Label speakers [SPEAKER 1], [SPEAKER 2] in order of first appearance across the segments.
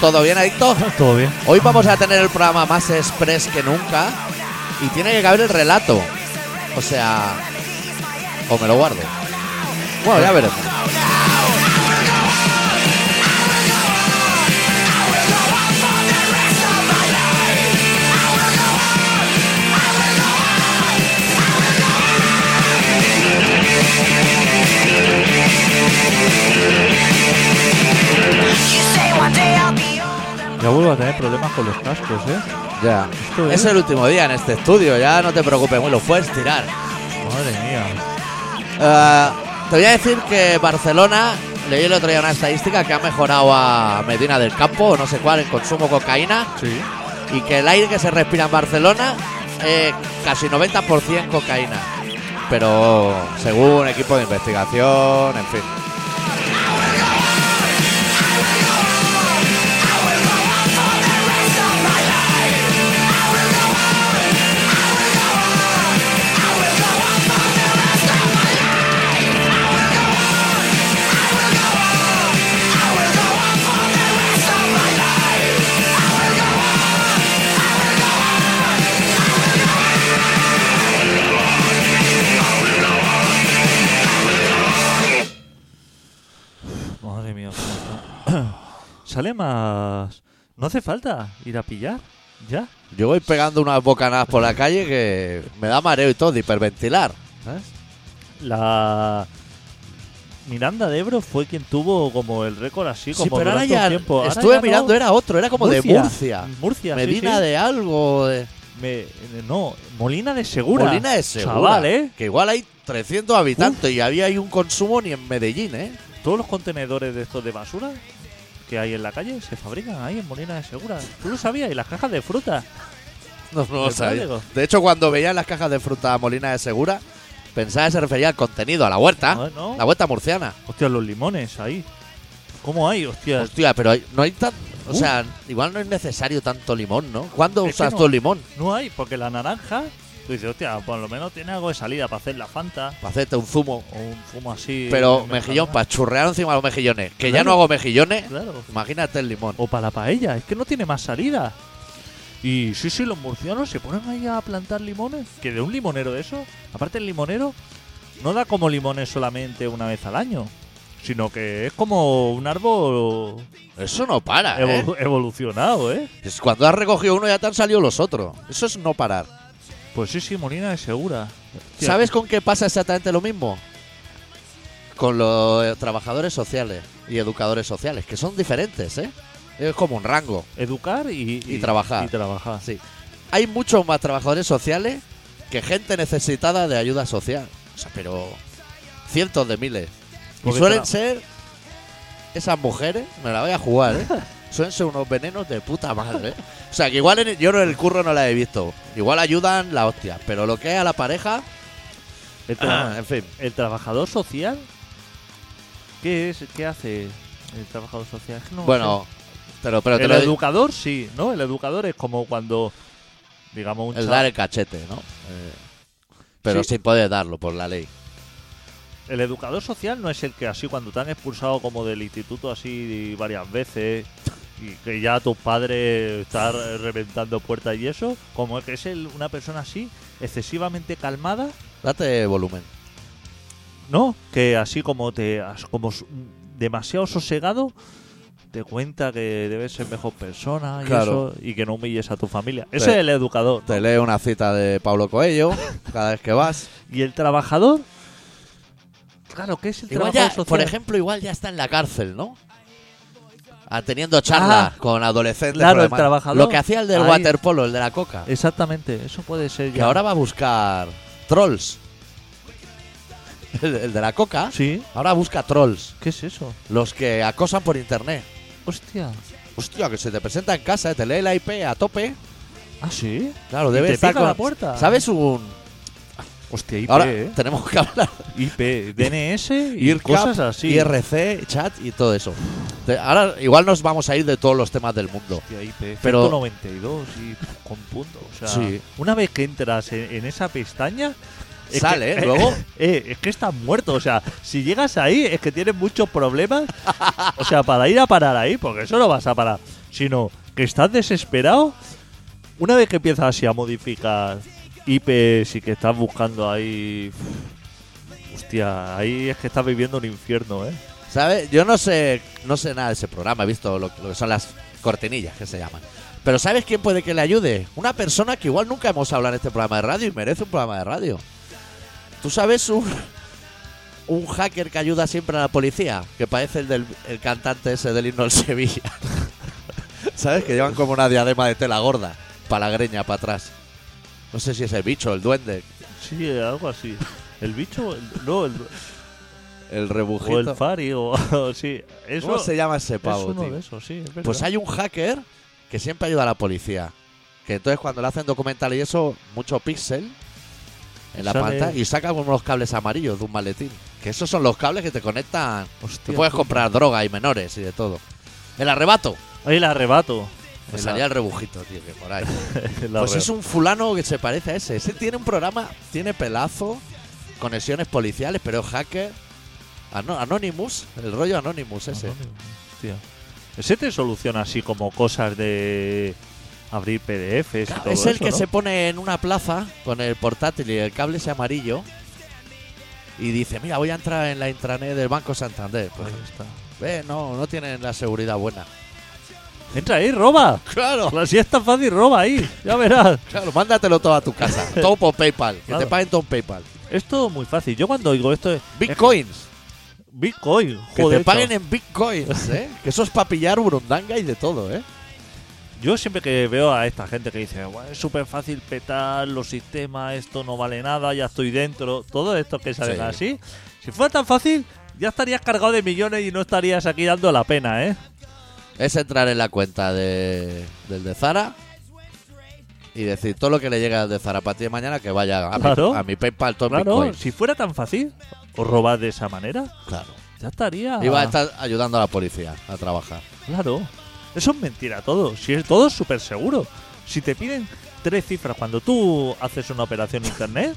[SPEAKER 1] ¿Todo bien, Adicto?
[SPEAKER 2] Todo bien.
[SPEAKER 1] Hoy vamos a tener el programa más express que nunca y tiene que caber el relato. O sea, o me lo guardo. Bueno, ya veremos.
[SPEAKER 2] Ya vuelvo a tener problemas con los cascos, ¿eh?
[SPEAKER 1] Ya.
[SPEAKER 2] Esto
[SPEAKER 1] Es
[SPEAKER 2] es-
[SPEAKER 1] el último día en este estudio, ya no te preocupes, muy lo puedes tirar.
[SPEAKER 2] Madre mía.
[SPEAKER 1] Ah, te voy a decir que Barcelona, leí el otro día una estadística que ha mejorado a Medina del Campo, o no sé cuál, en consumo de cocaína,
[SPEAKER 2] Sí.
[SPEAKER 1] y que el aire que se respira en Barcelona, eh, casi 90% cocaína. Pero según equipo de investigación, en fin.
[SPEAKER 2] Madre mía. cómo está. Sale más. No hace falta ir a pillar. Ya.
[SPEAKER 1] Yo voy pegando unas bocanadas por la calle que me da mareo y todo, de hiperventilar. ¿eh?
[SPEAKER 2] ¿Sabes? La. Miranda de Ebro fue quien tuvo como el récord así, como
[SPEAKER 1] Sí, pero ahora
[SPEAKER 2] durante un
[SPEAKER 1] ya
[SPEAKER 2] tiempo. Ahora
[SPEAKER 1] estuve
[SPEAKER 2] ya no.
[SPEAKER 1] mirando, era otro, era como de Murcia.
[SPEAKER 2] Murcia, sí,
[SPEAKER 1] Medina
[SPEAKER 2] sí.
[SPEAKER 1] de algo, de
[SPEAKER 2] Me- eh, no, Molina de Segura.
[SPEAKER 1] Molina de Segura.
[SPEAKER 2] Chaval, ¿eh?
[SPEAKER 1] Que igual hay 300 habitantes y había ahí un consumo ni en Medellín, ¿eh?
[SPEAKER 2] Todos los contenedores de estos de basura que hay en la calle se fabrican ahí en Molina de Segura. ¿Tú lo sabías? Y las cajas de fruta.
[SPEAKER 1] No, no lo
[SPEAKER 2] ¿Verdad,
[SPEAKER 1] sabía.
[SPEAKER 2] Diego?
[SPEAKER 1] De hecho, cuando veía las cajas de fruta Molina de Segura, pensaba que se refería al contenido, a la huerta.
[SPEAKER 2] Ah, ¿no?
[SPEAKER 1] La huerta murciana.
[SPEAKER 2] Hostia, los limones ahí. ¿Cómo hay? Hostia,
[SPEAKER 1] Hostia, pero hay- no hay tan. O
[SPEAKER 2] Uh.
[SPEAKER 1] sea, igual no es necesario tanto limón, ¿no? ¿Cuándo
[SPEAKER 2] Es que
[SPEAKER 1] usas
[SPEAKER 2] no.
[SPEAKER 1] tú el limón?
[SPEAKER 2] no hay, porque la naranja, tú dices, hostia, por lo menos tiene algo de salida para hacer la Fanta
[SPEAKER 1] Para hacerte un zumo.
[SPEAKER 2] o un zumo así.
[SPEAKER 1] Pero
[SPEAKER 2] de
[SPEAKER 1] mejillón,
[SPEAKER 2] mezclado.
[SPEAKER 1] para churrear encima de los mejillones. Que ya
[SPEAKER 2] Claro.
[SPEAKER 1] no hago mejillones.
[SPEAKER 2] Claro.
[SPEAKER 1] Imagínate el limón.
[SPEAKER 2] O para la paella, es que no tiene más salida. Y sí, sí, los murcianos se ponen ahí a plantar limones. Que de un limonero de eso, aparte el limonero no da como limones solamente una vez al año, sino que es como un árbol
[SPEAKER 1] Eso no para, ¿eh?
[SPEAKER 2] evol- evolucionado, ¿eh?
[SPEAKER 1] Es cuando has recogido uno ya te han salido los otros. Eso es no parar.
[SPEAKER 2] Pues sí, sí, Molina de Segura. Hostia,
[SPEAKER 1] ¿Sabes con qué pasa exactamente lo mismo? Con los eh, trabajadores sociales y educadores sociales, que son diferentes, ¿eh? Es como un rango.
[SPEAKER 2] Educar y,
[SPEAKER 1] Y trabajar.
[SPEAKER 2] Y trabajar.
[SPEAKER 1] Sí. Hay muchos más trabajadores sociales que gente necesitada de ayuda social. O sea, pero cientos de miles. Y
[SPEAKER 2] Porque
[SPEAKER 1] suelen
[SPEAKER 2] tra-
[SPEAKER 1] ser esas mujeres, me la voy a jugar, ¿eh? Suelen ser unos venenos de puta madre. ¿eh? O sea, que igual en el- yo en el curro no la he visto. Igual ayudan la hostia, pero lo que es a la pareja,
[SPEAKER 2] el, tra-
[SPEAKER 1] en fin.
[SPEAKER 2] el trabajador social, ¿qué es? ¿Qué hace el trabajador social? Es que no sé.
[SPEAKER 1] Bueno, te lo- pero te
[SPEAKER 2] el
[SPEAKER 1] lo-
[SPEAKER 2] educador sí, ¿no? El educador es como cuando, digamos, un
[SPEAKER 1] el
[SPEAKER 2] chaval-
[SPEAKER 1] dar el cachete, ¿no? Eh, pero
[SPEAKER 2] Sí.
[SPEAKER 1] sin poder darlo por la ley.
[SPEAKER 2] el educador social no es el que así cuando te han expulsado como del instituto así varias veces y que ya tus padres están reventando puertas y eso, como que es el- una persona así excesivamente calmada,
[SPEAKER 1] Date volumen.
[SPEAKER 2] ¿no? Que así como te as- como s- demasiado sosegado te cuenta que debes ser mejor persona y
[SPEAKER 1] Claro.
[SPEAKER 2] eso, y que no humilles a tu familia.
[SPEAKER 1] Te-
[SPEAKER 2] Ese es el educador.
[SPEAKER 1] Te lee una cita de Pablo Coello cada vez que vas.
[SPEAKER 2] ¿Y el trabajador? Claro, ¿qué es el
[SPEAKER 1] Igual ya,
[SPEAKER 2] trabajador social?
[SPEAKER 1] por ejemplo, igual ya está en la cárcel, ¿no? Ah, teniendo charlas
[SPEAKER 2] Ah.
[SPEAKER 1] con adolescentes.
[SPEAKER 2] Claro,
[SPEAKER 1] problemáticos.
[SPEAKER 2] el trabajador.
[SPEAKER 1] Lo que hacía el del
[SPEAKER 2] Ahí.
[SPEAKER 1] waterpolo, el de la coca.
[SPEAKER 2] Exactamente, eso puede ser
[SPEAKER 1] Que
[SPEAKER 2] ya.
[SPEAKER 1] ahora va a buscar trolls el, el de la coca,
[SPEAKER 2] Sí.
[SPEAKER 1] ahora busca trolls.
[SPEAKER 2] ¿Qué es eso?
[SPEAKER 1] Los que acosan por internet.
[SPEAKER 2] Hostia.
[SPEAKER 1] Hostia, que se te presenta en casa, eh, te lee la IP a tope.
[SPEAKER 2] ¿Ah, sí?
[SPEAKER 1] Claro,
[SPEAKER 2] Y
[SPEAKER 1] debe
[SPEAKER 2] te
[SPEAKER 1] estar
[SPEAKER 2] pica
[SPEAKER 1] con-
[SPEAKER 2] la puerta.
[SPEAKER 1] ¿Sabes un...?
[SPEAKER 2] Hostia, IP,
[SPEAKER 1] Ahora
[SPEAKER 2] ¿eh?
[SPEAKER 1] tenemos que hablar
[SPEAKER 2] IP, DNS y
[SPEAKER 1] IRCAP,
[SPEAKER 2] cosas así.
[SPEAKER 1] IRC, chat y todo eso. Te- ahora igual nos vamos a ir de todos los temas del mundo.
[SPEAKER 2] Hostia, IP,
[SPEAKER 1] Pero-
[SPEAKER 2] 192 y con punto. O sea,
[SPEAKER 1] Sí.
[SPEAKER 2] una vez que entras en, en esa pestaña. es
[SPEAKER 1] Sale,
[SPEAKER 2] que-
[SPEAKER 1] ¿eh? Luego.
[SPEAKER 2] eh, es que estás muerto. O sea, si llegas ahí, es que tienes muchos problemas. O sea, para ir a parar ahí, porque eso no vas a parar. Sino que estás desesperado. Una vez que empiezas así a modificar IPs y que estás buscando ahí. Hostia, ahí es que estás viviendo un infierno, ¿eh?
[SPEAKER 1] ¿Sabes? Yo no sé, no sé nada de ese programa, he visto lo, lo que son las cortinillas que se llaman. Pero ¿sabes quién puede que le ayude? Una persona que igual nunca hemos hablado en este programa de radio y merece un programa de radio. ¿Tú sabes un, un hacker que ayuda siempre a la policía? Que parece el del el cantante ese del himno del Sevilla. ¿Sabes? Que llevan como una diadema de tela gorda, para la greña, para atrás. No sé si es el bicho, el duende,
[SPEAKER 2] Sí, algo así. El bicho, el- no, el,
[SPEAKER 1] el
[SPEAKER 2] o el
[SPEAKER 1] rebujito.
[SPEAKER 2] Fari, o, o sí. Eso,
[SPEAKER 1] ¿Cómo se llama ese
[SPEAKER 2] es
[SPEAKER 1] pavo,
[SPEAKER 2] uno
[SPEAKER 1] tío?
[SPEAKER 2] de esos, sí. es verdad.
[SPEAKER 1] Pues hay un hacker que siempre ayuda a la policía. Que entonces cuando le hacen documental y eso, mucho píxel en la
[SPEAKER 2] Sale-
[SPEAKER 1] pantalla y saca como unos cables amarillos de un maletín. Que esos son los cables que te conectan. Te
[SPEAKER 2] Hostia,
[SPEAKER 1] puedes
[SPEAKER 2] tú.
[SPEAKER 1] comprar droga y menores y de todo. El arrebato.
[SPEAKER 2] Ahí la arrebato.
[SPEAKER 1] Me
[SPEAKER 2] El
[SPEAKER 1] salía
[SPEAKER 2] a-
[SPEAKER 1] el rebujito, tío, que por ahí.
[SPEAKER 2] el
[SPEAKER 1] Pues
[SPEAKER 2] arre-
[SPEAKER 1] es un fulano que se parece a ese. Ese tiene un programa, tiene pelazo, conexiones policiales, pero es hacker. Ano- Anonymous, el rollo Anonymous ese.
[SPEAKER 2] Hostia. Ese te soluciona así como cosas de abrir PDFs y
[SPEAKER 1] Claro,
[SPEAKER 2] todo
[SPEAKER 1] es el
[SPEAKER 2] eso,
[SPEAKER 1] que
[SPEAKER 2] ¿no?
[SPEAKER 1] se pone en una plaza con el portátil y el cable ese amarillo y dice, mira, voy a entrar en la intranet del Banco Santander. Pues,
[SPEAKER 2] Ahí está.
[SPEAKER 1] ve, no, no tienen la seguridad buena.
[SPEAKER 2] Entra ahí, roba.
[SPEAKER 1] Claro,
[SPEAKER 2] Si es tan fácil, roba ahí. Ya verás.
[SPEAKER 1] claro, mándatelo todo a tu casa. todo por PayPal, que te
[SPEAKER 2] Claro.
[SPEAKER 1] paguen todo en PayPal.
[SPEAKER 2] Es todo muy fácil. Yo cuando oigo esto es
[SPEAKER 1] Bitcoins,
[SPEAKER 2] Bitcoin,
[SPEAKER 1] que
[SPEAKER 2] joder.
[SPEAKER 1] te paguen
[SPEAKER 2] chaval.
[SPEAKER 1] en bitcoins, ¿eh? que eso es para pillar burundanga y de todo, ¿eh?
[SPEAKER 2] Yo siempre que veo a esta gente que dice, "Buah, es súper fácil petar los sistemas, esto no vale nada, ya estoy dentro, todo esto que salen
[SPEAKER 1] Sí.
[SPEAKER 2] así, si fuera tan fácil, ya estarías cargado de millones y no estarías aquí dando la pena, ¿eh?
[SPEAKER 1] Es entrar en la cuenta de, del de Zara y decir todo lo que le llega al de Zara a partir de mañana que vaya a, mi-
[SPEAKER 2] Claro.
[SPEAKER 1] a mi PayPal, todo en
[SPEAKER 2] Claro,
[SPEAKER 1] bitcoins.
[SPEAKER 2] si fuera tan fácil, o robar de esa manera,
[SPEAKER 1] Claro.
[SPEAKER 2] ya estaría...
[SPEAKER 1] Iba a estar ayudando a la policía a trabajar.
[SPEAKER 2] Claro. Eso es mentira todo. Si es todo es súper seguro. Si te piden tres cifras cuando tú haces una operación en internet,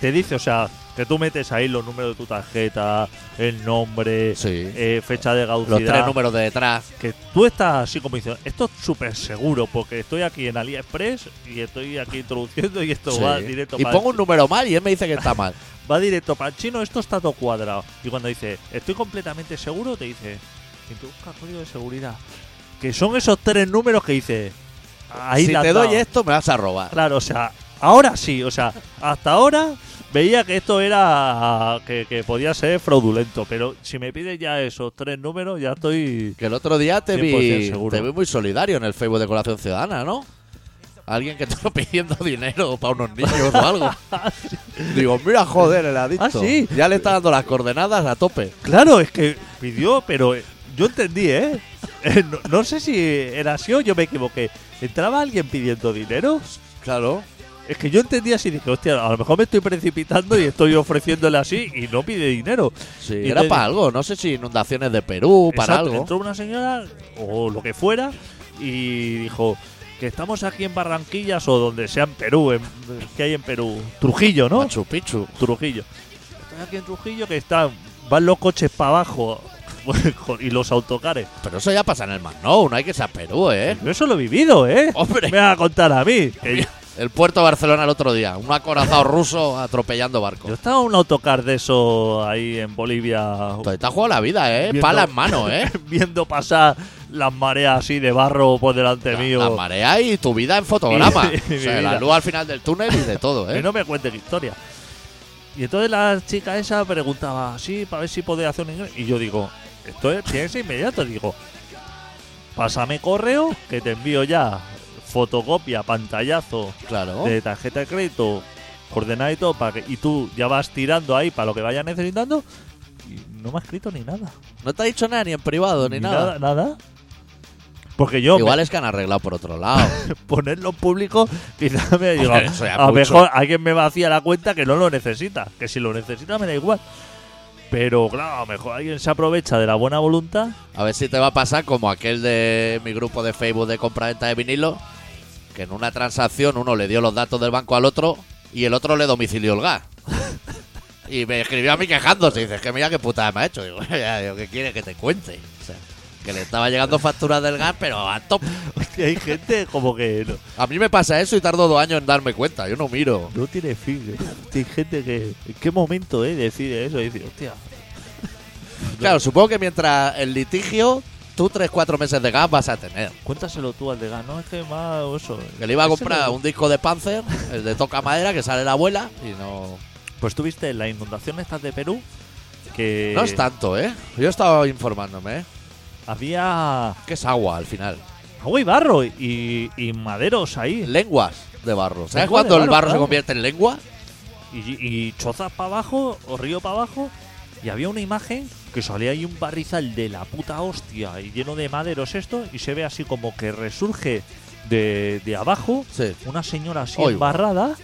[SPEAKER 2] te dice, o sea, que tú metes ahí los números de tu tarjeta, el nombre,
[SPEAKER 1] Sí.
[SPEAKER 2] eh, fecha de
[SPEAKER 1] Los tres
[SPEAKER 2] caducidad.
[SPEAKER 1] números de detrás.
[SPEAKER 2] que tú estás así como diciendo, esto es súper seguro porque estoy aquí en AliExpress y estoy aquí introduciendo y esto
[SPEAKER 1] Sí.
[SPEAKER 2] va directo
[SPEAKER 1] y
[SPEAKER 2] para
[SPEAKER 1] pongo un número mal y él me dice que está mal.
[SPEAKER 2] va directo para el chino, esto está todo cuadrado. Y cuando dice, estoy completamente seguro, te dice, introduzca código de seguridad. Que son esos tres números que dice, ahí
[SPEAKER 1] si
[SPEAKER 2] la has
[SPEAKER 1] te doy
[SPEAKER 2] dado".
[SPEAKER 1] esto, me vas a robar.
[SPEAKER 2] Claro, o sea, ahora sí, o sea, hasta ahora veía que esto era, que, que podía ser fraudulento, pero si me pide ya esos tres números, ya estoy...
[SPEAKER 1] Que el otro día te
[SPEAKER 2] 100%
[SPEAKER 1] vi,
[SPEAKER 2] seguro.
[SPEAKER 1] te vi muy solidario en el Facebook de Colación Ciudadana, ¿no? Alguien que estaba pidiendo dinero para unos niños o algo. Digo, mira, joder, el adicto.
[SPEAKER 2] Ah, sí.
[SPEAKER 1] Ya le está dando las coordenadas a tope.
[SPEAKER 2] Claro, es que pidió, pero eh, yo entendí, ¿eh? Eh, No, no sé si era así o yo me equivoqué. ¿Entraba alguien pidiendo dinero?
[SPEAKER 1] Claro.
[SPEAKER 2] Es que yo entendía así, dije, hostia, a lo mejor me estoy precipitando y estoy ofreciéndole así y no pide dinero.
[SPEAKER 1] Sí,
[SPEAKER 2] Y
[SPEAKER 1] era
[SPEAKER 2] te-
[SPEAKER 1] para algo. No sé si inundaciones de Perú, Uh, para
[SPEAKER 2] Exacto,
[SPEAKER 1] algo.
[SPEAKER 2] Entró una señora o lo que fuera y dijo que estamos aquí en Barranquillas o donde sea en Perú, en, que hay en Perú, Trujillo, ¿no?
[SPEAKER 1] Machu Picchu.
[SPEAKER 2] Trujillo. Estoy aquí en Trujillo que están, van los coches para abajo y los autocares.
[SPEAKER 1] Pero eso ya pasa en el Magno, no hay que ser a Perú, ¿eh?
[SPEAKER 2] Yo eso lo he vivido, ¿eh?
[SPEAKER 1] Hombre.
[SPEAKER 2] Me vas a contar a mí. que yo,
[SPEAKER 1] El puerto de Barcelona el otro día, un acorazado ruso atropellando barcos.
[SPEAKER 2] yo estaba en un autocar de eso ahí en Bolivia
[SPEAKER 1] Entonces, te has jugado la vida, ¿eh?
[SPEAKER 2] Viendo-
[SPEAKER 1] Pala en mano, ¿eh?
[SPEAKER 2] viendo pasar las mareas así de barro por delante
[SPEAKER 1] La,
[SPEAKER 2] mío.
[SPEAKER 1] la marea y tu vida en fotograma.
[SPEAKER 2] Y- y mi
[SPEAKER 1] o sea,
[SPEAKER 2] vida.
[SPEAKER 1] la luz al final del túnel y de todo,
[SPEAKER 2] Que
[SPEAKER 1] ¿eh?
[SPEAKER 2] no me cuenten historia. Y entonces la chica esa preguntaba, sí, para ver si podía hacer un ingreso. Y yo digo, esto es piensa inmediato. Digo, pásame correo que te envío ya fotocopia, pantallazo
[SPEAKER 1] Claro.
[SPEAKER 2] de tarjeta de crédito, ordenada y todo, para que, y tú ya vas tirando ahí para lo que vayas necesitando. Y no me ha escrito ni nada.
[SPEAKER 1] No te ha dicho nada, ni en privado, ni, nada.
[SPEAKER 2] nada. Porque yo,
[SPEAKER 1] Igual es que han arreglado por otro lado.
[SPEAKER 2] me- ponerlo en público, quizás me diga,
[SPEAKER 1] Hombre, eso ya
[SPEAKER 2] a lo
[SPEAKER 1] mucho.
[SPEAKER 2] mejor alguien me vacía la cuenta que no lo necesita. Que si lo necesita me da igual. Pero claro, a lo mejor alguien se aprovecha de la buena voluntad.
[SPEAKER 1] A ver si te va a pasar como aquel de mi grupo de Facebook de compraventa de vinilo, que en una transacción uno le dio los datos del banco al otro y el otro le domicilió el gas. Y me escribió a mí quejándose. Dices que mira qué putada me ha hecho. Digo, "Ya, digo, ¿qué quiere que te cuente? O sea, que le estaba llegando facturas del gas, pero a top.
[SPEAKER 2] Que hay gente como que no,
[SPEAKER 1] A mí me pasa eso y tardo dos años en darme cuenta. Yo no miro.
[SPEAKER 2] no tiene fin. ¿eh? Hay gente que. ¿En qué momento eh, decide eso? Y dice, hostia,
[SPEAKER 1] Claro, supongo que mientras el litigio, tú tres, cuatro meses de gas vas a tener.
[SPEAKER 2] cuéntaselo tú al de gas. No, es que más eso.
[SPEAKER 1] Que le iba a
[SPEAKER 2] Ese
[SPEAKER 1] comprar
[SPEAKER 2] lo-
[SPEAKER 1] un disco de Panzer, el de Toca Madera, que sale la abuela, y no.
[SPEAKER 2] Pues tuviste las inundaciones estas de Perú que
[SPEAKER 1] No es tanto, ¿eh? Yo estaba informándome, ¿eh?
[SPEAKER 2] había
[SPEAKER 1] Que es agua al final.
[SPEAKER 2] agua y barro y, y maderos ahí
[SPEAKER 1] Lenguas de barro. ¿Sabes
[SPEAKER 2] Lenguas de
[SPEAKER 1] cuando el
[SPEAKER 2] barro,
[SPEAKER 1] barro se
[SPEAKER 2] claro.
[SPEAKER 1] convierte en lengua?
[SPEAKER 2] y, y chozas para abajo o río para abajo y había una imagen que salía ahí un barrizal de la puta hostia y lleno de maderos esto y se ve así como que resurge de, de abajo
[SPEAKER 1] Sí.
[SPEAKER 2] una señora así
[SPEAKER 1] Oy.
[SPEAKER 2] embarrada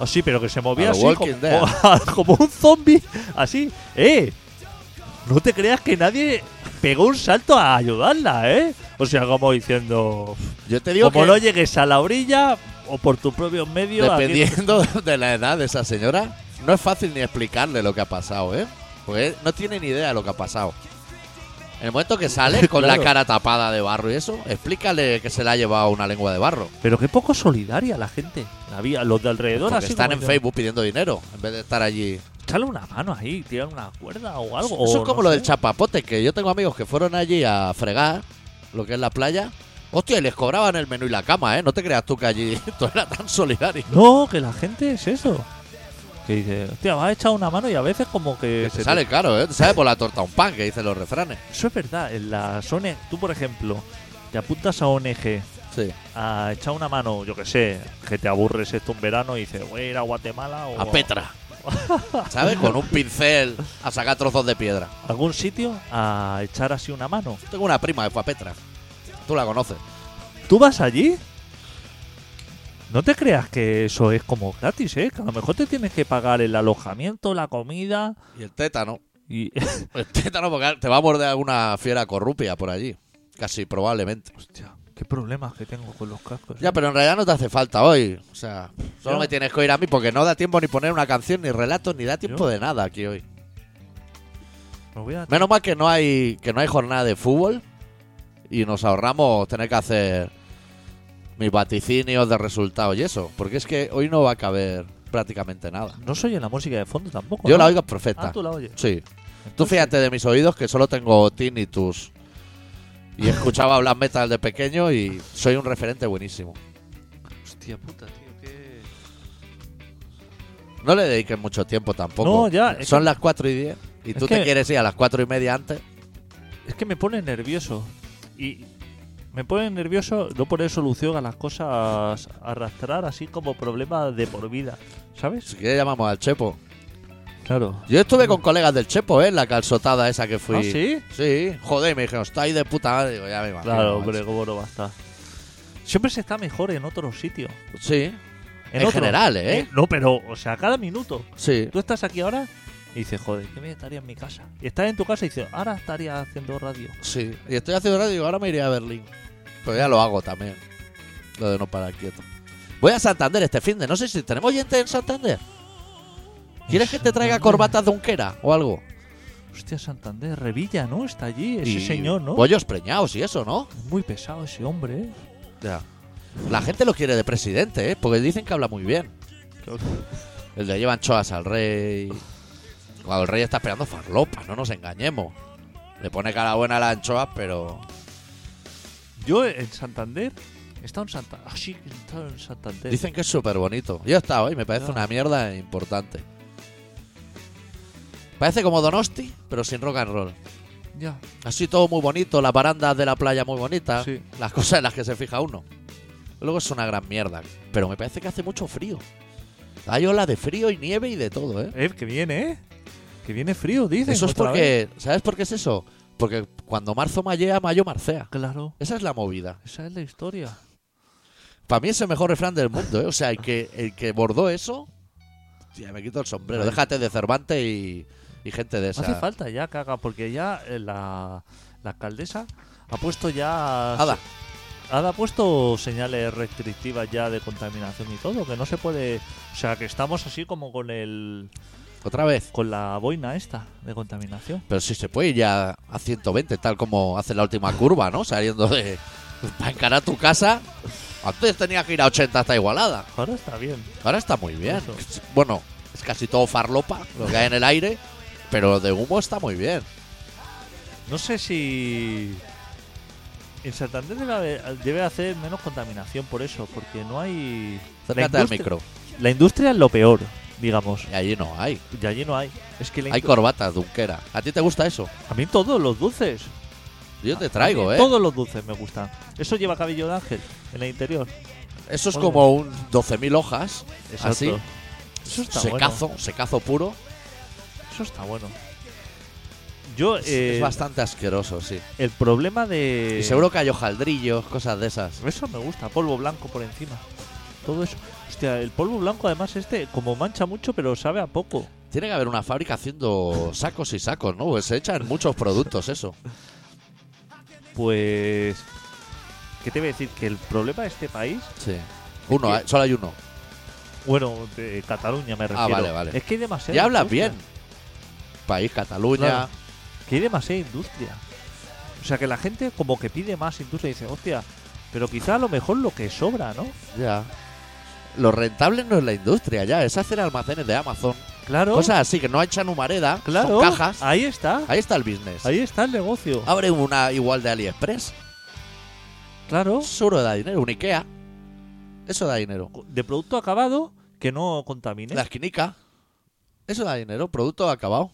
[SPEAKER 2] así pero que se movía
[SPEAKER 1] A lo
[SPEAKER 2] así
[SPEAKER 1] Walking
[SPEAKER 2] como,
[SPEAKER 1] Dead.
[SPEAKER 2] como un zombie así eh no te creas que nadie pegó un salto a ayudarla eh o sea como diciendo
[SPEAKER 1] Yo te digo
[SPEAKER 2] como no
[SPEAKER 1] que,
[SPEAKER 2] llegues a la orilla o por tus propios medios aquí-
[SPEAKER 1] dependiendo de la edad de esa señora, no es fácil ni explicarle lo que ha pasado, ¿eh? Porque no tiene ni idea de lo que ha pasado. En el momento que sale con la
[SPEAKER 2] Claro.
[SPEAKER 1] cara tapada de barro y eso, explícale que se la ha llevado una lengua de barro.
[SPEAKER 2] pero qué poco solidaria la gente la vía los de alrededor
[SPEAKER 1] Porque
[SPEAKER 2] así
[SPEAKER 1] están
[SPEAKER 2] como
[SPEAKER 1] en
[SPEAKER 2] diciendo,
[SPEAKER 1] Facebook pidiendo dinero en vez de estar allí
[SPEAKER 2] echarle una mano ahí tirar una cuerda o algo
[SPEAKER 1] Eso
[SPEAKER 2] o
[SPEAKER 1] es como
[SPEAKER 2] no
[SPEAKER 1] lo
[SPEAKER 2] sé.
[SPEAKER 1] del chapapote, que yo tengo amigos que fueron allí a fregar, lo que es la playa. Hostia, y les cobraban el menú y la cama, ¿eh? No te creas tú que allí todo era tan solidario.
[SPEAKER 2] no que la gente es eso que dice hostia vas a echar una mano y a veces como que,
[SPEAKER 1] Que se
[SPEAKER 2] te-
[SPEAKER 1] sale caro, ¿eh? Te sale por la torta un pan, que dicen los refranes.
[SPEAKER 2] Eso es verdad, en las ONG, tú por ejemplo, te apuntas a ONG
[SPEAKER 1] Sí.
[SPEAKER 2] a echar una mano, yo que sé, que te aburres esto un verano y dices, voy a ir a Guatemala o
[SPEAKER 1] A Petra. ¿Sabes? Con un pincel a sacar trozos de piedra.
[SPEAKER 2] a algún sitio a echar así una mano.
[SPEAKER 1] Tengo una prima que fue a Petra. Tú la conoces.
[SPEAKER 2] ¿Tú vas allí? No te creas que eso es como gratis, ¿eh? Que a lo mejor te tienes que pagar el alojamiento, la comida
[SPEAKER 1] Y el tétano.
[SPEAKER 2] y...
[SPEAKER 1] El tétano, porque te va a morder alguna fiera corrupia por allí. Casi probablemente.
[SPEAKER 2] Hostia, qué problemas que tengo con los cascos. ¿eh?
[SPEAKER 1] Ya, pero en realidad no te hace falta hoy. O sea, solo
[SPEAKER 2] Yo-
[SPEAKER 1] me tienes que oír a mí porque no da tiempo ni poner una canción, ni relatos, ni da tiempo
[SPEAKER 2] Yo-
[SPEAKER 1] de nada aquí hoy.
[SPEAKER 2] Me voy a-
[SPEAKER 1] Menos mal que no hay que no hay jornada de fútbol y nos ahorramos tener que hacer mis vaticinios de resultados y eso. Porque es que hoy no va a caber prácticamente nada.
[SPEAKER 2] No soy en la música de fondo tampoco.
[SPEAKER 1] Yo la
[SPEAKER 2] ¿no?
[SPEAKER 1] oigo perfecta.
[SPEAKER 2] Ah, tú la oyes.
[SPEAKER 1] Sí. Tú fíjate de mis oídos que solo tengo tinnitus. Y escuchaba black metal de pequeño y soy un referente buenísimo.
[SPEAKER 2] Hostia puta, tío, qué...
[SPEAKER 1] No le dediques mucho tiempo tampoco.
[SPEAKER 2] No, ya, es
[SPEAKER 1] Son
[SPEAKER 2] que-
[SPEAKER 1] las 4 y 10. Y
[SPEAKER 2] Es
[SPEAKER 1] tú te
[SPEAKER 2] que-
[SPEAKER 1] quieres ir a las 4 y media antes.
[SPEAKER 2] Es que me pone nervioso. Y me pone nervioso no poner solución a las cosas, arrastrar así como problema de por vida. ¿Sabes? ¿Ah,
[SPEAKER 1] Si quieres, llamamos al Chepo.
[SPEAKER 2] Claro.
[SPEAKER 1] Yo estuve con colegas del Chepo, ¿eh? En la calzotada esa que fui.
[SPEAKER 2] ¿Ah, sí?
[SPEAKER 1] Sí. Joder, me dijeron, estáis de puta madre. Digo, ya me imagino. macho.
[SPEAKER 2] Claro, hombre, cómo no va a estar. Siempre se está mejor en otro sitio.
[SPEAKER 1] Sí. En,
[SPEAKER 2] otro.
[SPEAKER 1] general, ¿eh?
[SPEAKER 2] Eh, No, pero, o sea, cada minuto.
[SPEAKER 1] Sí.
[SPEAKER 2] Tú estás aquí ahora y dices, joder, que me estaría en mi casa. Y estás en tu casa y dices, ahora estaría haciendo radio.
[SPEAKER 1] Sí. Y estoy haciendo radio y digo, ahora me iré a Berlín. Pero ya lo hago también. Lo de no parar quieto. Voy a Santander este fin de. No sé si tenemos gente en Santander. ¿Quieres que te traiga
[SPEAKER 2] Santander.
[SPEAKER 1] corbatas de unquera o algo?
[SPEAKER 2] Hostia, Santander, Revilla, ¿no? Está allí ese
[SPEAKER 1] Y
[SPEAKER 2] señor, ¿no?
[SPEAKER 1] Pollos preñados y eso, ¿no?
[SPEAKER 2] Muy pesado ese hombre, ¿eh?
[SPEAKER 1] Ya. La gente lo quiere de presidente, ¿eh? Porque dicen que habla muy bien. El de llevan choas al rey. Cuando el rey está esperando farlopa, no nos engañemos. Le pone cara buena a las anchoas, pero.
[SPEAKER 2] Yo en Santander he estado en Santander. Ah, sí, he estado en Santander.
[SPEAKER 1] Dicen que es súper bonito. Yo he estado ahí, me parece
[SPEAKER 2] Ya.
[SPEAKER 1] una mierda importante. Parece como Donosti, pero sin rock and roll.
[SPEAKER 2] Ya.
[SPEAKER 1] Así todo muy bonito, las barandas de la playa muy bonitas,
[SPEAKER 2] Sí.
[SPEAKER 1] las cosas en las que se fija uno. Luego es una gran mierda, pero me parece que hace mucho frío. Hay ola de frío y nieve y de todo, ¿eh?
[SPEAKER 2] Eh, que viene, ¿eh? Que viene frío, dicen.
[SPEAKER 1] Eso es
[SPEAKER 2] otra vez.
[SPEAKER 1] porque. ¿Sabes por qué es eso? Porque cuando marzo mallea, mayo marcea.
[SPEAKER 2] Claro,
[SPEAKER 1] Esa es la movida.
[SPEAKER 2] esa es la historia.
[SPEAKER 1] Para mí es el mejor refrán del mundo, ¿eh? O sea, el que, el que bordó eso. Tía, me quito el sombrero. Déjate de Cervantes y, y gente de esa.
[SPEAKER 2] Hace falta ya, caga, porque ya eh, la, la alcaldesa ha puesto ya.
[SPEAKER 1] Ada,
[SPEAKER 2] Ada ha puesto señales restrictivas ya de contaminación y todo, que no se puede. O sea, que estamos así como con el.
[SPEAKER 1] otra vez.
[SPEAKER 2] con la boina esta de contaminación.
[SPEAKER 1] Pero si se puede ir ya a 120, tal como hace la última curva, ¿no? Saliendo de. Para encarar tu casa. Antes tenía que ir a 80 hasta igualada.
[SPEAKER 2] Ahora está bien.
[SPEAKER 1] Ahora está muy bien.
[SPEAKER 2] Eso.
[SPEAKER 1] Bueno, es casi todo farlopa, lo que hay en el aire, pero de humo está muy bien.
[SPEAKER 2] No sé si. En Santander debe, haber- debe hacer menos contaminación por eso, porque no hay. la
[SPEAKER 1] Acércate al
[SPEAKER 2] industria-
[SPEAKER 1] micro.
[SPEAKER 2] La industria es lo peor, digamos.
[SPEAKER 1] Y allí no hay.
[SPEAKER 2] Y allí no hay. Es que la
[SPEAKER 1] Hay
[SPEAKER 2] indu-
[SPEAKER 1] corbatas, Dunquera. ¿A ti te gusta eso?
[SPEAKER 2] A mí todos los dulces.
[SPEAKER 1] Yo te
[SPEAKER 2] A
[SPEAKER 1] traigo,
[SPEAKER 2] mí
[SPEAKER 1] ¿eh?
[SPEAKER 2] Todos los dulces me gustan. Eso lleva cabello de ángel en el interior.
[SPEAKER 1] Eso es
[SPEAKER 2] Joder.
[SPEAKER 1] como un 12.000 hojas.
[SPEAKER 2] Exacto.
[SPEAKER 1] Así.
[SPEAKER 2] Eso está
[SPEAKER 1] secazo, secazo puro.
[SPEAKER 2] bueno. Eso está bueno. Yo,
[SPEAKER 1] Es-
[SPEAKER 2] eh,
[SPEAKER 1] es bastante asqueroso, sí. Eh,
[SPEAKER 2] el problema de.
[SPEAKER 1] Y seguro que hay hojaldrillos, cosas de esas.
[SPEAKER 2] Eso me gusta, polvo blanco por encima. Todo eso. Hostia, el polvo blanco además este como mancha mucho pero sabe a poco.
[SPEAKER 1] Tiene que haber una fábrica haciendo sacos y sacos, ¿no? Pues se echan muchos productos eso.
[SPEAKER 2] Pues... ¿Qué te voy a decir? Que el problema de este país...
[SPEAKER 1] Sí. Uno,
[SPEAKER 2] Es
[SPEAKER 1] ¿eh? solo hay uno.
[SPEAKER 2] Bueno, de Cataluña me refiero.
[SPEAKER 1] Ah, vale, vale.
[SPEAKER 2] Es que hay demasiada...
[SPEAKER 1] Ya hablas
[SPEAKER 2] industria.
[SPEAKER 1] bien. País, Cataluña.
[SPEAKER 2] Claro. Que hay demasiada industria. O sea que la gente como que pide más industria y dice, hostia, pero quizá a lo mejor lo que sobra, ¿no?
[SPEAKER 1] Ya. Lo rentable no es la industria, ya. Es hacer almacenes de Amazon.
[SPEAKER 2] Claro.
[SPEAKER 1] Cosas así que no echan humareda.
[SPEAKER 2] claro.
[SPEAKER 1] Son cajas.
[SPEAKER 2] Ahí está.
[SPEAKER 1] Ahí está el business.
[SPEAKER 2] Ahí está el negocio.
[SPEAKER 1] Abre una igual de AliExpress.
[SPEAKER 2] Claro.
[SPEAKER 1] Solo da dinero. Un Ikea. Eso da dinero.
[SPEAKER 2] De producto acabado que no contamine.
[SPEAKER 1] La esquinica. Eso da dinero. Producto acabado.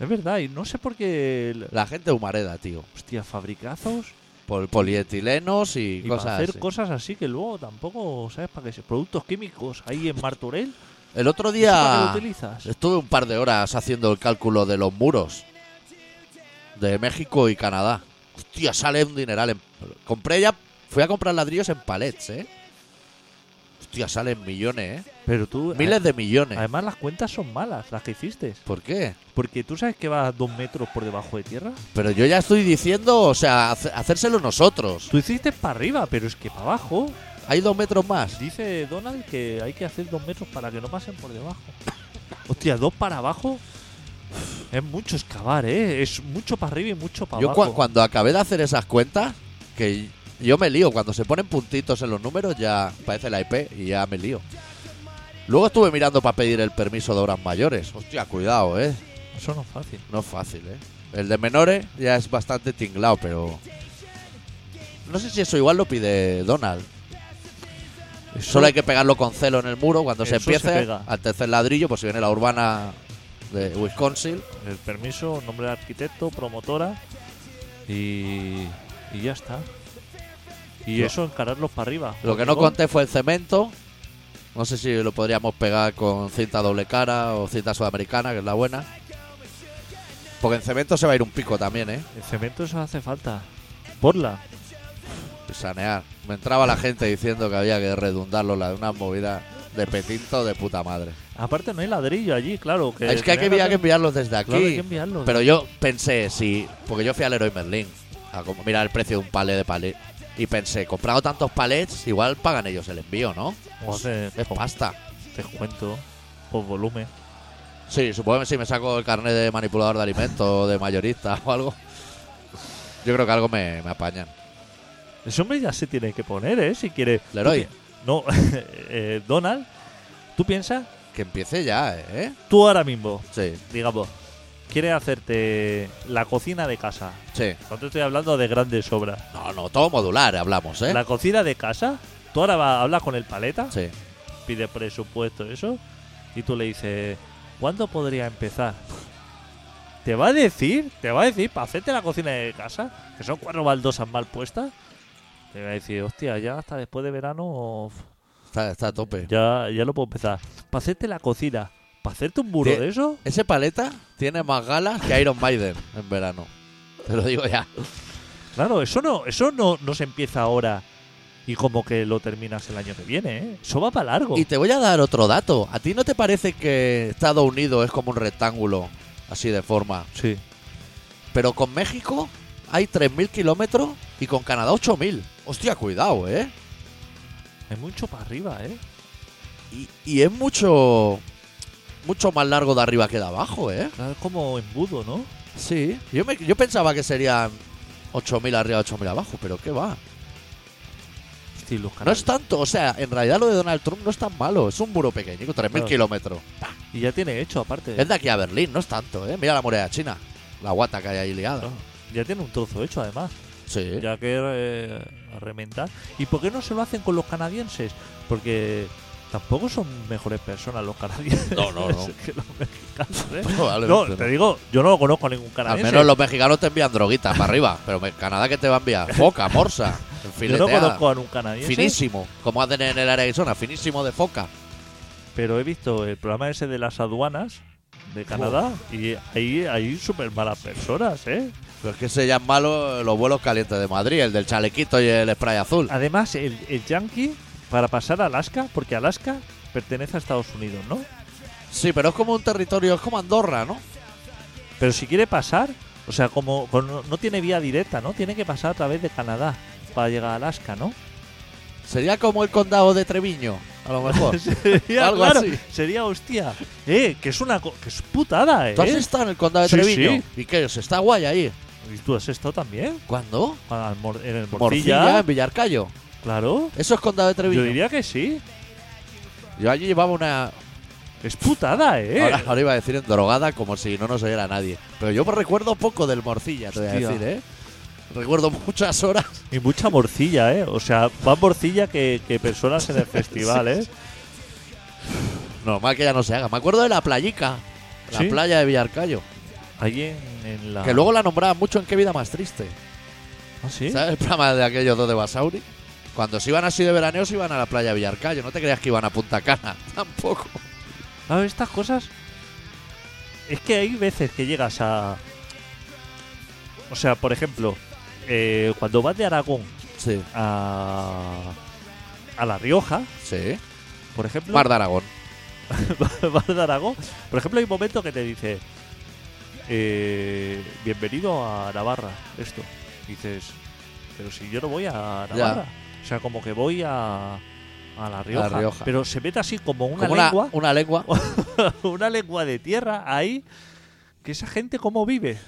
[SPEAKER 2] Es verdad, y no sé por qué. el-
[SPEAKER 1] La gente humareda, tío.
[SPEAKER 2] Hostia, fabricazos
[SPEAKER 1] Por polietilenos y,
[SPEAKER 2] y, para
[SPEAKER 1] cosas
[SPEAKER 2] hacer
[SPEAKER 1] así.
[SPEAKER 2] cosas así que luego tampoco, ¿sabes? Para que se. Productos químicos ahí en Martorell. ¿eso
[SPEAKER 1] El otro
[SPEAKER 2] ¿Para qué
[SPEAKER 1] día
[SPEAKER 2] lo utilizas?
[SPEAKER 1] estuve un par de horas haciendo el cálculo de los muros de México y Canadá. Hostia, sale un dineral. en- Compré ya, fui a comprar ladrillos en palets, ¿eh? Hostia, salen millones, ¿eh?
[SPEAKER 2] Pero tú.
[SPEAKER 1] Miles de
[SPEAKER 2] Pues, a-
[SPEAKER 1] millones.
[SPEAKER 2] Además, las cuentas son malas, las que hiciste.
[SPEAKER 1] ¿Por qué?
[SPEAKER 2] Porque tú sabes que vas dos metros por debajo de tierra.
[SPEAKER 1] Pero yo ya estoy diciendo, o sea, hace- hacérselo nosotros.
[SPEAKER 2] Tú hiciste para arriba, pero es que para abajo.
[SPEAKER 1] Hay dos metros más.
[SPEAKER 2] Dice Donald que hay que hacer dos metros para que no pasen por debajo. Hostia, dos para abajo. Es mucho excavar, ¿eh? Es mucho para arriba y mucho para
[SPEAKER 1] Yo
[SPEAKER 2] abajo.
[SPEAKER 1] cua- cuando acabé de hacer esas cuentas, que yo me lío, cuando se ponen puntitos en los números ya parece la IP y ya me lío. Luego estuve mirando para pedir el permiso de obras mayores. Hostia, cuidado, ¿eh?
[SPEAKER 2] Eso no es fácil.
[SPEAKER 1] No es fácil, ¿eh? El de menores ya es bastante tinglado, pero... No sé si eso igual lo pide Donald.
[SPEAKER 2] Eso-
[SPEAKER 1] Solo hay que pegarlo con celo en el muro cuando se
[SPEAKER 2] Eso se
[SPEAKER 1] empiece.
[SPEAKER 2] pega.
[SPEAKER 1] al tercer ladrillo, pues si viene la urbana de Wisconsin.
[SPEAKER 2] el permiso, nombre de arquitecto, promotora y, y ya está. Y
[SPEAKER 1] Lo-
[SPEAKER 2] eso encararlos para arriba.
[SPEAKER 1] Lo que no
[SPEAKER 2] Hormigón.
[SPEAKER 1] conté fue el cemento. No sé si lo podríamos pegar con cinta doble cara o cinta sudamericana, que es la buena. Porque en cemento se va a ir un pico también, ¿eh?
[SPEAKER 2] El cemento eso hace falta. Porla.
[SPEAKER 1] Y Sanear. Me entraba la gente diciendo que había que redundarlo, la de una movida de petinto de puta madre.
[SPEAKER 2] Aparte no hay ladrillo allí, claro. Que
[SPEAKER 1] es que hay que,
[SPEAKER 2] tenía
[SPEAKER 1] había que enviarlos desde
[SPEAKER 2] hacer- claro, hay que
[SPEAKER 1] aquí.
[SPEAKER 2] enviarlo.
[SPEAKER 1] Pero yo pensé, sí, porque yo fui al Leroy Merlin a como- mirar el precio de un palet de palet. Y pensé, comprado tantos palets, igual pagan ellos el envío, ¿no?
[SPEAKER 2] O hace
[SPEAKER 1] Es pasta.
[SPEAKER 2] descuento por volumen.
[SPEAKER 1] Sí, supongo que si me saco el carnet de manipulador de alimentos, de mayorista o algo, yo creo que algo me, me apañan.
[SPEAKER 2] Ese hombre ya se tiene que poner, ¿eh? Si quiere...
[SPEAKER 1] Leroy.
[SPEAKER 2] Tú pi- No, eh, Donald, tú piensas,
[SPEAKER 1] Que empiece ya, ¿eh?
[SPEAKER 2] tú ahora mismo,
[SPEAKER 1] Sí,
[SPEAKER 2] digamos, quieres hacerte la cocina de casa.
[SPEAKER 1] sí.
[SPEAKER 2] No te estoy hablando de grandes obras.
[SPEAKER 1] No, no, todo modular hablamos, ¿eh?
[SPEAKER 2] La cocina de casa, tú ahora vas, hablas con el paleta,
[SPEAKER 1] Sí.
[SPEAKER 2] pide presupuesto, eso, y tú le dices, ¿cuándo podría empezar? Te va a decir, te va a decir, para hacerte la cocina de casa, que son cuatro baldosas mal puestas, te va a decir, hostia, ya hasta después de verano, uf,
[SPEAKER 1] Está, está a tope.
[SPEAKER 2] Ya, ya lo puedo empezar. Para hacerte la cocina, para hacerte un burro
[SPEAKER 1] Tie-
[SPEAKER 2] de eso,
[SPEAKER 1] Ese paleta tiene más galas que Iron Maiden en verano. Te lo digo ya.
[SPEAKER 2] claro, eso no, eso no, no se empieza ahora y como que lo terminas el año que viene, ¿eh? Eso va para largo.
[SPEAKER 1] Y te voy a dar otro dato. ¿A ti no te parece que Estados Unidos es como un rectángulo, así de forma?
[SPEAKER 2] Sí.
[SPEAKER 1] Pero con México hay 3.000 kilómetros y con Canadá 8.000. Hostia, cuidado, ¿eh?
[SPEAKER 2] Es mucho para arriba, ¿eh?
[SPEAKER 1] Y, y es mucho, mucho más largo de arriba que de abajo, ¿eh?
[SPEAKER 2] Claro, es como embudo, ¿no?
[SPEAKER 1] Sí. Yo, me- yo pensaba que serían 8.000 arriba, 8.000 abajo, pero ¿qué va?
[SPEAKER 2] Hostia, y los
[SPEAKER 1] No
[SPEAKER 2] canales.
[SPEAKER 1] es tanto, o sea, en realidad lo de Donald Trump no es tan malo. Es un muro pequeñico, 3.000
[SPEAKER 2] Claro.
[SPEAKER 1] kilómetros.
[SPEAKER 2] Y ya tiene hecho, aparte.
[SPEAKER 1] Es de aquí a Berlín, no es tanto, ¿eh? Mira la muralla china. La guata que hay ahí liada.
[SPEAKER 2] Claro. Ya tiene un trozo hecho, además.
[SPEAKER 1] Sí.
[SPEAKER 2] Ya que eh, a reventar. ¿Y por qué no se lo hacen con los canadienses? Porque tampoco son mejores personas los canadienses.
[SPEAKER 1] No, no, no.
[SPEAKER 2] que los mexicanos, ¿eh? No,
[SPEAKER 1] Probablemente
[SPEAKER 2] te
[SPEAKER 1] no.
[SPEAKER 2] digo, eh, yo no conozco a ningún
[SPEAKER 1] Al
[SPEAKER 2] canadiense.
[SPEAKER 1] menos los mexicanos te envían droguitas para arriba, pero me- Canadá que te va a enviar foca, morsa,
[SPEAKER 2] yo no
[SPEAKER 1] fileteada,
[SPEAKER 2] conozco a ningún canadiense.
[SPEAKER 1] finísimo, como hacen en el área de zona, finísimo de foca.
[SPEAKER 2] Pero he visto el programa ese de las aduanas de Canadá y ahí hay súper malas personas, ¿eh?
[SPEAKER 1] Pero es que se llaman malos los vuelos calientes de Madrid, el del chalequito y el spray azul.
[SPEAKER 2] Además, el, el Yankee, para pasar a Alaska, porque Alaska pertenece a Estados Unidos, ¿no?
[SPEAKER 1] Sí, pero es como un territorio, es como Andorra, ¿no?
[SPEAKER 2] Pero si quiere pasar, o sea, como con- no tiene vía directa, ¿no? Tiene que pasar a través de Canadá para llegar a Alaska, ¿no?
[SPEAKER 1] Sería como el condado de Treviño, a lo
[SPEAKER 2] ¿Eh?
[SPEAKER 1] mejor.
[SPEAKER 2] sería,
[SPEAKER 1] Algo
[SPEAKER 2] claro,
[SPEAKER 1] así.
[SPEAKER 2] sería hostia. Eh, que es una co- que es putada, eh.
[SPEAKER 1] ¿Tú has estado en el condado de
[SPEAKER 2] Sí,
[SPEAKER 1] Treviño? ¿Y qué? ¿Se está guay ahí?
[SPEAKER 2] ¿Y tú has estado también?
[SPEAKER 1] ¿Cuándo?
[SPEAKER 2] Al mor- en el
[SPEAKER 1] Morcilla,
[SPEAKER 2] Morcilla.
[SPEAKER 1] en Villarcayo.
[SPEAKER 2] Claro.
[SPEAKER 1] Eso es condado de Treviño.
[SPEAKER 2] Yo diría que sí.
[SPEAKER 1] Yo allí llevaba una,
[SPEAKER 2] Es putada, eh.
[SPEAKER 1] Ahora, ahora iba a decir en drogada como si no nos oyera nadie. Pero yo recuerdo poco del morcilla, te voy a
[SPEAKER 2] Hostia.
[SPEAKER 1] decir, ¿eh? Recuerdo muchas horas.
[SPEAKER 2] Y mucha morcilla, eh. O sea, más morcilla que, que personas en el festival, eh.
[SPEAKER 1] Normal que ya no se haga. Me acuerdo de la playica, la
[SPEAKER 2] Sí.
[SPEAKER 1] playa de Villarcayo.
[SPEAKER 2] Ahí en, en la.
[SPEAKER 1] Que luego la nombraban mucho en Qué Vida Más Triste.
[SPEAKER 2] Ah, sí.
[SPEAKER 1] ¿Sabes el programa de aquellos dos de Basauri? Cuando se iban así de veraneo, se iban a la playa de Villarcayo. No te creas que iban a Punta Cana, tampoco.
[SPEAKER 2] Claro, Ah, estas cosas. Es que hay veces que llegas a. O sea, por ejemplo, eh, cuando vas de Aragón
[SPEAKER 1] Sí,
[SPEAKER 2] a. a La Rioja,
[SPEAKER 1] sí.
[SPEAKER 2] por ejemplo.
[SPEAKER 1] Mar de Aragón.
[SPEAKER 2] vas de Aragón. Por ejemplo, hay un momento que te dice. eh, bienvenido a Navarra, esto. Y dices. Pero si yo no voy a Navarra. O sea, como que voy a. a La Rioja.
[SPEAKER 1] Rioja.
[SPEAKER 2] Pero se mete así como una
[SPEAKER 1] Como una,
[SPEAKER 2] lengua.
[SPEAKER 1] una lengua.
[SPEAKER 2] una lengua de tierra ahí. Que esa gente cómo vive.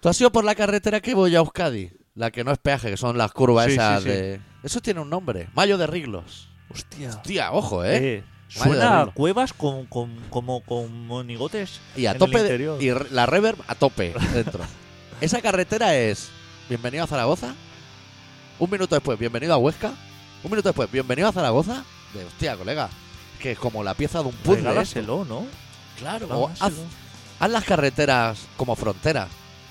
[SPEAKER 1] ¿Tú has ido por la carretera que voy a Euskadi? La que no es peaje, que son las curvas
[SPEAKER 2] Sí,
[SPEAKER 1] esas
[SPEAKER 2] sí, sí.
[SPEAKER 1] de... Eso tiene un nombre. Mayo de Riglos.
[SPEAKER 2] Hostia.
[SPEAKER 1] Tía, ojo, ¿eh?
[SPEAKER 2] Eh,
[SPEAKER 1] Madre de
[SPEAKER 2] suena a
[SPEAKER 1] Dios.
[SPEAKER 2] cuevas con, con, como con monigotes.
[SPEAKER 1] y a
[SPEAKER 2] en el
[SPEAKER 1] tope de-
[SPEAKER 2] interior.
[SPEAKER 1] y re- la reverb a tope dentro. Esa carretera es bienvenido a Zaragoza. Un minuto después, bienvenido a Huesca. Un minuto después, bienvenido a Zaragoza. De hostia, colega, que es como la pieza de un puzzle. ¿eh?
[SPEAKER 2] Regálaselo, ¿no?
[SPEAKER 1] Claro, o haz,
[SPEAKER 2] Regálaselo.
[SPEAKER 1] haz las carreteras como fronteras.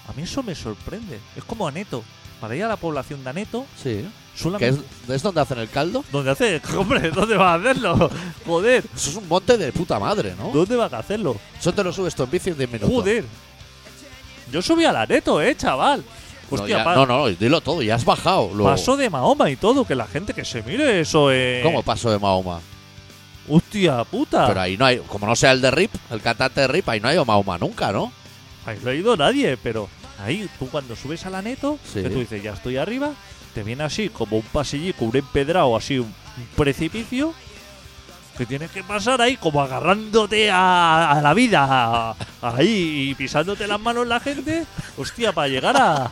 [SPEAKER 2] A mí eso me sorprende. Es como Aneto. Para ir a la población de Aneto,
[SPEAKER 1] Sí. Que
[SPEAKER 2] solamente.
[SPEAKER 1] es, es donde hacen el caldo.
[SPEAKER 2] ¿Dónde hace? Hombre, ¿dónde vas a hacerlo? Joder,
[SPEAKER 1] Eso es un monte de puta madre, ¿no?
[SPEAKER 2] ¿dónde vas a hacerlo?
[SPEAKER 1] Eso te lo subes tú en bici en 10 minutos.
[SPEAKER 2] Joder. Yo subí a la Aneto, eh, chaval.
[SPEAKER 1] No,
[SPEAKER 2] Hostia,
[SPEAKER 1] ya-
[SPEAKER 2] pa-
[SPEAKER 1] no, no, dilo todo, ya has bajado. Luego.
[SPEAKER 2] pasó de Mahoma y todo. Que la gente que se mire eso, eh. Ah.
[SPEAKER 1] ¿Cómo paso de Mahoma?
[SPEAKER 2] Hostia puta.
[SPEAKER 1] Pero ahí no hay, como no sea el de Rip, el cantante de Rip, ahí no hay Mahoma nunca, ¿no?
[SPEAKER 2] Ahí no ha ido nadie, pero ahí tú cuando subes a la neto,
[SPEAKER 1] Sí.
[SPEAKER 2] que tú dices, ya estoy arriba, te viene así como un pasillico, un empedrado, así un, un precipicio, que tienes que pasar ahí como agarrándote a, a la vida, a- ahí y pisándote las manos la gente, hostia, para llegar a...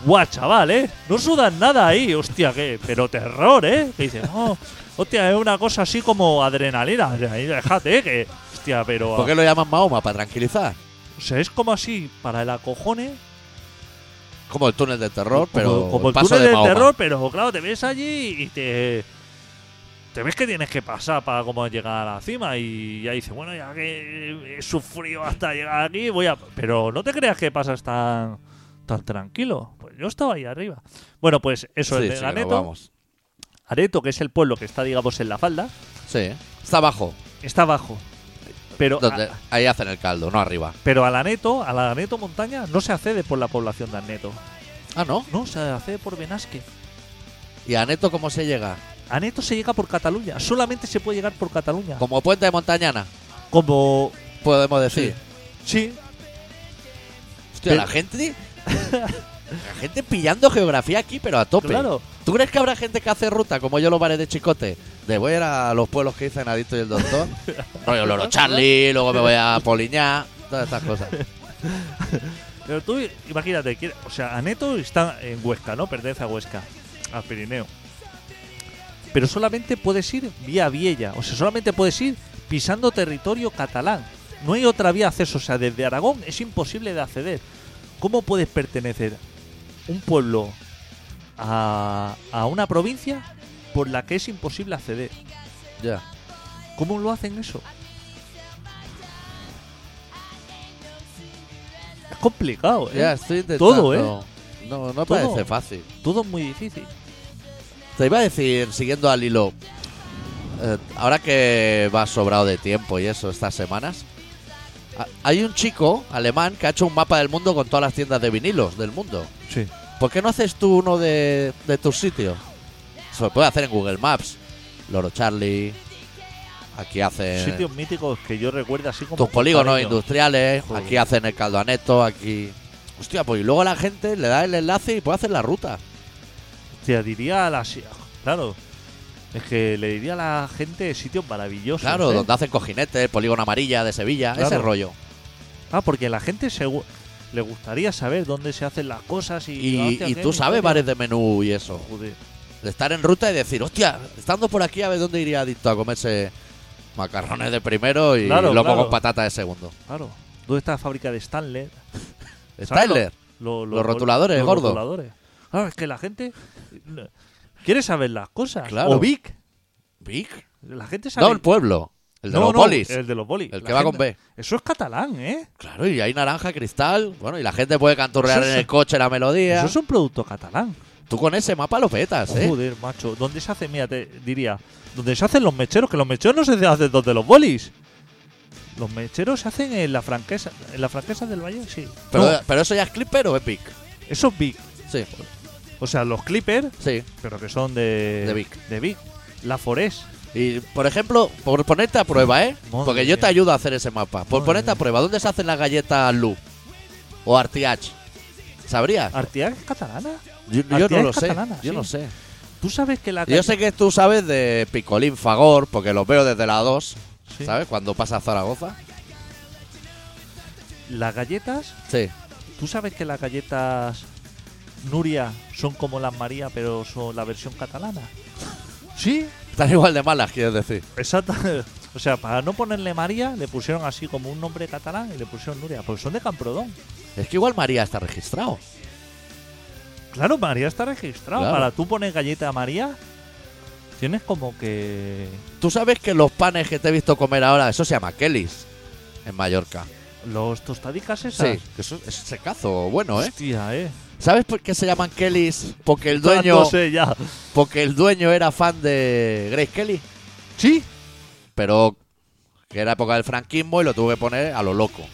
[SPEAKER 2] Guau, chaval, ¿eh? No sudan nada ahí, hostia, que... Pero terror, ¿eh? Que dices, no, hostia, es una cosa así como adrenalina, ahí déjate, ¿eh? Que, hostia, pero...
[SPEAKER 1] ¿Por qué lo llaman Mahoma? Para tranquilizar.
[SPEAKER 2] O sea, es como así para el acojone.
[SPEAKER 1] Como el túnel del terror,
[SPEAKER 2] como-
[SPEAKER 1] pero
[SPEAKER 2] como el
[SPEAKER 1] paso
[SPEAKER 2] túnel
[SPEAKER 1] de
[SPEAKER 2] del
[SPEAKER 1] Mahoma.
[SPEAKER 2] terror, pero claro, te ves allí y te. Te ves que tienes que pasar para como llegar a la cima y ya dices, bueno, ya que he sufrido hasta llegar aquí, voy a. Pero no te creas que pasas tan, tan tranquilo. Pues yo estaba ahí arriba. Bueno, pues eso,
[SPEAKER 1] Sí,
[SPEAKER 2] el de
[SPEAKER 1] sí,
[SPEAKER 2] Ganeto,
[SPEAKER 1] nos vamos.
[SPEAKER 2] Areto, que es el pueblo que está, digamos, en la falda,
[SPEAKER 1] Sí. Está abajo.
[SPEAKER 2] está abajo. Pero
[SPEAKER 1] donde-
[SPEAKER 2] a,
[SPEAKER 1] ahí hacen el caldo, no arriba.
[SPEAKER 2] pero a la Neto, a la Neto montaña, no se accede por la población de Aneto.
[SPEAKER 1] Ah, ¿no?
[SPEAKER 2] No, se accede por Benasque.
[SPEAKER 1] ¿Y a Neto cómo se llega?
[SPEAKER 2] A Neto se llega por Cataluña. Solamente se puede llegar por Cataluña.
[SPEAKER 1] Como puente de montañana,
[SPEAKER 2] Como...
[SPEAKER 1] podemos decir.
[SPEAKER 2] Sí,
[SPEAKER 1] Hostia, la gente. la gente pillando geografía aquí, pero a tope.
[SPEAKER 2] claro.
[SPEAKER 1] ¿Tú crees que habrá gente que hace ruta, como yo los bares de chicote? De voy a ir a los pueblos que dicen Adicto y el Doctor. Rollo Loro Charlie, luego me voy a Poliñá, todas estas cosas.
[SPEAKER 2] Pero tú imagínate, quiere- o sea, Aneto está en Huesca, ¿no? Pertenece a Huesca, al Pirineo. Pero solamente puedes ir vía Viella, o sea, solamente puedes ir pisando territorio catalán. No hay otra vía de acceso, o sea, desde Aragón es imposible de acceder. ¿Cómo puedes pertenecer un pueblo a, a una provincia por la que es imposible acceder?
[SPEAKER 1] Ya.
[SPEAKER 2] ¿Cómo lo hacen eso? Es complicado, ¿eh?
[SPEAKER 1] Ya, estoy intentando.
[SPEAKER 2] Todo, ¿eh?
[SPEAKER 1] No, no
[SPEAKER 2] Todo.
[SPEAKER 1] parece fácil.
[SPEAKER 2] Todo es muy difícil.
[SPEAKER 1] Te iba a decir, siguiendo al hilo, eh, ahora que vas sobrado de tiempo y eso estas semanas, ha- hay un chico alemán que ha hecho un mapa del mundo con todas las tiendas de vinilos del mundo.
[SPEAKER 2] Sí.
[SPEAKER 1] ¿Por qué no haces tú uno de, de tus sitios? Se lo puede hacer en Google Maps. Loro Charlie. Aquí hacen
[SPEAKER 2] Sitios míticos que yo recuerdo así como.
[SPEAKER 1] tus
[SPEAKER 2] con
[SPEAKER 1] polígonos
[SPEAKER 2] cariño.
[SPEAKER 1] industriales.
[SPEAKER 2] Joder.
[SPEAKER 1] Aquí hacen el caldo aneto. Aquí. Hostia, pues y luego la gente le da el enlace y puede hacer la ruta.
[SPEAKER 2] Hostia, diría a la. si- Claro. Es que le diría a la gente sitios maravillosos.
[SPEAKER 1] Claro,
[SPEAKER 2] ¿eh?
[SPEAKER 1] donde hacen cojinetes, polígono amarilla de Sevilla, ese
[SPEAKER 2] Claro.
[SPEAKER 1] rollo.
[SPEAKER 2] Ah, porque la gente se, gu- le gustaría saber dónde se hacen las cosas y.
[SPEAKER 1] Y,
[SPEAKER 2] hostia,
[SPEAKER 1] y
[SPEAKER 2] qué
[SPEAKER 1] tú sabes
[SPEAKER 2] misterio.
[SPEAKER 1] bares de menú y eso.
[SPEAKER 2] Joder.
[SPEAKER 1] De estar en ruta y decir, hostia, estando por aquí a ver dónde iría adicto a comerse macarrones de primero y
[SPEAKER 2] Claro,
[SPEAKER 1] lomo
[SPEAKER 2] claro.
[SPEAKER 1] con patata de segundo.
[SPEAKER 2] Claro. ¿Dónde está la fábrica de Stanley? ¿Sabes
[SPEAKER 1] Styler.
[SPEAKER 2] Lo- lo-
[SPEAKER 1] Los rotuladores,
[SPEAKER 2] los
[SPEAKER 1] gordo.
[SPEAKER 2] rotuladores. Claro, es que la gente. eh, Quiere saber las cosas.
[SPEAKER 1] Claro.
[SPEAKER 2] O Vic.
[SPEAKER 1] Big.
[SPEAKER 2] La gente sabe.
[SPEAKER 1] No, el pueblo. El de
[SPEAKER 2] No,
[SPEAKER 1] los
[SPEAKER 2] no,
[SPEAKER 1] bolis.
[SPEAKER 2] El de los bolis.
[SPEAKER 1] El
[SPEAKER 2] La
[SPEAKER 1] que va con
[SPEAKER 2] gente-
[SPEAKER 1] B.
[SPEAKER 2] Eso es catalán, ¿eh?
[SPEAKER 1] Claro, y hay naranja, cristal. Bueno, y la gente puede canturrear
[SPEAKER 2] Eso es-
[SPEAKER 1] en el coche la melodía.
[SPEAKER 2] Eso es un producto catalán.
[SPEAKER 1] Tú con ese mapa lo petas, ¿eh?
[SPEAKER 2] Joder, macho. ¿Dónde se hacen? Mira, te diría. ¿Dónde se hacen los mecheros? Que los mecheros no se hacen donde los bolis. Los mecheros se hacen en la franquesa. En la franquesa del Valle, sí.
[SPEAKER 1] Pero,
[SPEAKER 2] No,
[SPEAKER 1] pero eso ya es clipper o epic.
[SPEAKER 2] eso es Vic.
[SPEAKER 1] Sí,
[SPEAKER 2] O sea, los Clippers,
[SPEAKER 1] sí.
[SPEAKER 2] pero que son de.
[SPEAKER 1] De Vic.
[SPEAKER 2] De Vic. La Forest.
[SPEAKER 1] Y por ejemplo, por ponerte a prueba, ¿eh?
[SPEAKER 2] Madre
[SPEAKER 1] Porque yo
[SPEAKER 2] mía.
[SPEAKER 1] te ayudo a hacer ese mapa. Por
[SPEAKER 2] Madre
[SPEAKER 1] ponerte a
[SPEAKER 2] mía.
[SPEAKER 1] prueba, ¿dónde se hacen las galletas Lu? O Artiach. ¿Sabrías?
[SPEAKER 2] ¿Artiaga es catalana?
[SPEAKER 1] yo yo no
[SPEAKER 2] Artiach
[SPEAKER 1] lo
[SPEAKER 2] es
[SPEAKER 1] sé.
[SPEAKER 2] catalana,
[SPEAKER 1] yo
[SPEAKER 2] sí.
[SPEAKER 1] no sé.
[SPEAKER 2] Tú sabes que la.
[SPEAKER 1] Yo sé que tú sabes de Picolín Fagor, porque los veo desde la 2,
[SPEAKER 2] Sí.
[SPEAKER 1] ¿sabes? Cuando pasa a Zaragoza.
[SPEAKER 2] Las galletas.
[SPEAKER 1] Sí.
[SPEAKER 2] ¿Tú sabes que las galletas Nuria son como las María, pero son la versión catalana? Sí,
[SPEAKER 1] Están igual de malas, quieres decir.
[SPEAKER 2] exacto. O sea, para no ponerle María, le pusieron así como un nombre catalán y le pusieron Nuria, porque son de Camprodón.
[SPEAKER 1] Es que igual María está registrado.
[SPEAKER 2] Claro, María está registrado.
[SPEAKER 1] Claro.
[SPEAKER 2] Para tú poner galleta María, tienes como que.
[SPEAKER 1] Tú sabes que los panes que te he visto comer ahora, eso se llama Kelly's en Mallorca.
[SPEAKER 2] Ah. Los tostadicas esas.
[SPEAKER 1] Sí, que eso es secazo bueno, ¿eh?
[SPEAKER 2] Hostia, eh.
[SPEAKER 1] ¿Sabes por qué se llaman Kelly's? Porque el dueño,
[SPEAKER 2] Dándose ya.
[SPEAKER 1] porque el dueño era fan de Grace Kelly,
[SPEAKER 2] Sí.
[SPEAKER 1] pero que era época del franquismo y lo tuve que poner a lo loco.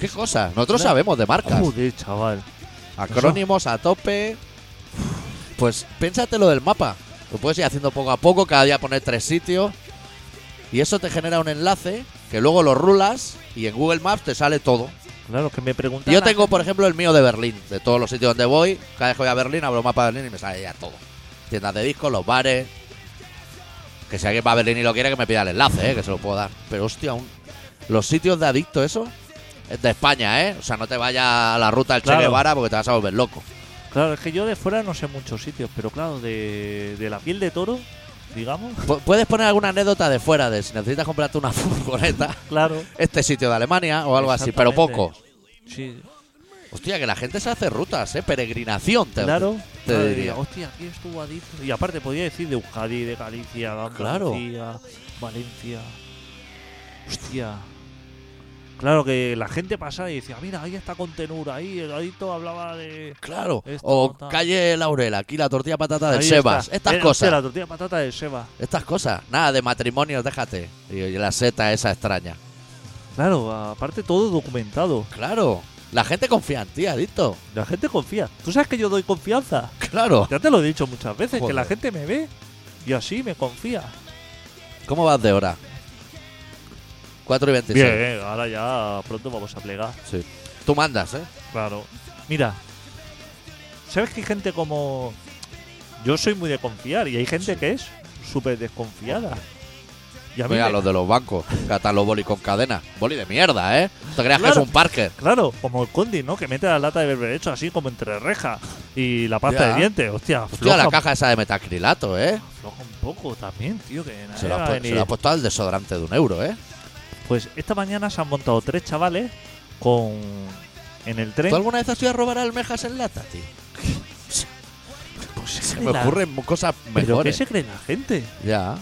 [SPEAKER 1] ¿Qué cosas? Nosotros
[SPEAKER 2] Claro.
[SPEAKER 1] sabemos de marcas.
[SPEAKER 2] Joder, chaval.
[SPEAKER 1] Acrónimos a tope. Pues piénsate lo del mapa. Lo puedes ir haciendo poco a poco, cada día poner tres sitios. Y eso te genera un enlace que luego lo rulas y en Google Maps te sale todo.
[SPEAKER 2] Claro, que me preguntan.
[SPEAKER 1] Yo
[SPEAKER 2] a-
[SPEAKER 1] tengo, por ejemplo, el mío de Berlín. De todos los sitios donde voy, cada vez que voy a Berlín abro mapa de Berlín y me sale ya todo. Tiendas de discos, los bares. Que si alguien va a Berlín y lo quiere, que me pida el enlace, ¿eh? que se lo puedo dar. Pero hostia, un- los sitios de adicto, eso, es de España, ¿eh? O sea, no te vayas a la ruta del Che
[SPEAKER 2] Claro.
[SPEAKER 1] Guevara porque te vas a volver loco.
[SPEAKER 2] Claro, es que yo de fuera no sé muchos sitios, pero claro, de, de la piel de toro, digamos,
[SPEAKER 1] Pu- Puedes poner alguna anécdota de fuera, de si necesitas comprarte una furgoneta,
[SPEAKER 2] claro.
[SPEAKER 1] este sitio de Alemania o algo así, pero
[SPEAKER 2] Exactamente.
[SPEAKER 1] poco.
[SPEAKER 2] Sí,
[SPEAKER 1] Hostia, que la gente se hace rutas, ¿eh? Peregrinación, te,
[SPEAKER 2] claro.
[SPEAKER 1] te
[SPEAKER 2] Claro,
[SPEAKER 1] diría.
[SPEAKER 2] diría, Hostia, aquí estuvo adicto. Y aparte podía decir de Euskadi, de Galicia, de
[SPEAKER 1] Claro.
[SPEAKER 2] Andalucía, Valencia. Hostia. Claro que la gente pasaba y decía, mira, ahí está Contenura, ahí el adicto hablaba de...
[SPEAKER 1] Claro.
[SPEAKER 2] Esto,
[SPEAKER 1] o
[SPEAKER 2] tal.
[SPEAKER 1] calle Laurel, aquí la tortilla patata del
[SPEAKER 2] Ahí
[SPEAKER 1] Ah, Sebas.
[SPEAKER 2] está.
[SPEAKER 1] Estas
[SPEAKER 2] Eh, hostia,
[SPEAKER 1] cosas.
[SPEAKER 2] La tortilla de patata de Seba.
[SPEAKER 1] Estas cosas. Nada de matrimonios, déjate. Y, y la seta esa extraña.
[SPEAKER 2] Claro, aparte todo documentado.
[SPEAKER 1] Claro. La gente confía en ti, adicto.
[SPEAKER 2] La gente confía. ¿Tú sabes que yo doy confianza?
[SPEAKER 1] Claro.
[SPEAKER 2] Ya te lo he dicho muchas veces, que
[SPEAKER 1] Joder.
[SPEAKER 2] la gente me ve y así me confía.
[SPEAKER 1] ¿Cómo vas de hora? 4 y 26.
[SPEAKER 2] Bien, eh, ahora ya pronto vamos a plegar.
[SPEAKER 1] Sí. Tú mandas, ¿eh?
[SPEAKER 2] Claro. Mira, ¿sabes que hay gente como... Yo soy muy de confiar y hay gente que es súper desconfiada. Y a mí
[SPEAKER 1] Mira,
[SPEAKER 2] me-
[SPEAKER 1] los de los bancos. Catan los boli con cadena. Boli de mierda, ¿eh? No te creas que
[SPEAKER 2] Claro.
[SPEAKER 1] es un Parker.
[SPEAKER 2] Claro, como el Condi, ¿no? Que mete la lata de berberecho así como entre reja y la pasta
[SPEAKER 1] Ya.
[SPEAKER 2] de dientes. Hostia,
[SPEAKER 1] Hostia,
[SPEAKER 2] floja,
[SPEAKER 1] la caja esa de metacrilato, ¿eh?
[SPEAKER 2] afloja un poco también, tío. Que nada
[SPEAKER 1] Se lo,
[SPEAKER 2] va
[SPEAKER 1] ha,
[SPEAKER 2] a
[SPEAKER 1] pu-
[SPEAKER 2] venir.
[SPEAKER 1] se lo ha puesto al desodorante de un euro, ¿eh?
[SPEAKER 2] Pues esta mañana se han montado tres chavales con en el tren.
[SPEAKER 1] ¿Tú alguna vez has ido a robar almejas en lata, tío?
[SPEAKER 2] Pues
[SPEAKER 1] Se
[SPEAKER 2] cree
[SPEAKER 1] me
[SPEAKER 2] la-
[SPEAKER 1] ocurren cosas
[SPEAKER 2] ¿Pero qué
[SPEAKER 1] mejores.
[SPEAKER 2] se cree la gente?
[SPEAKER 1] Ya,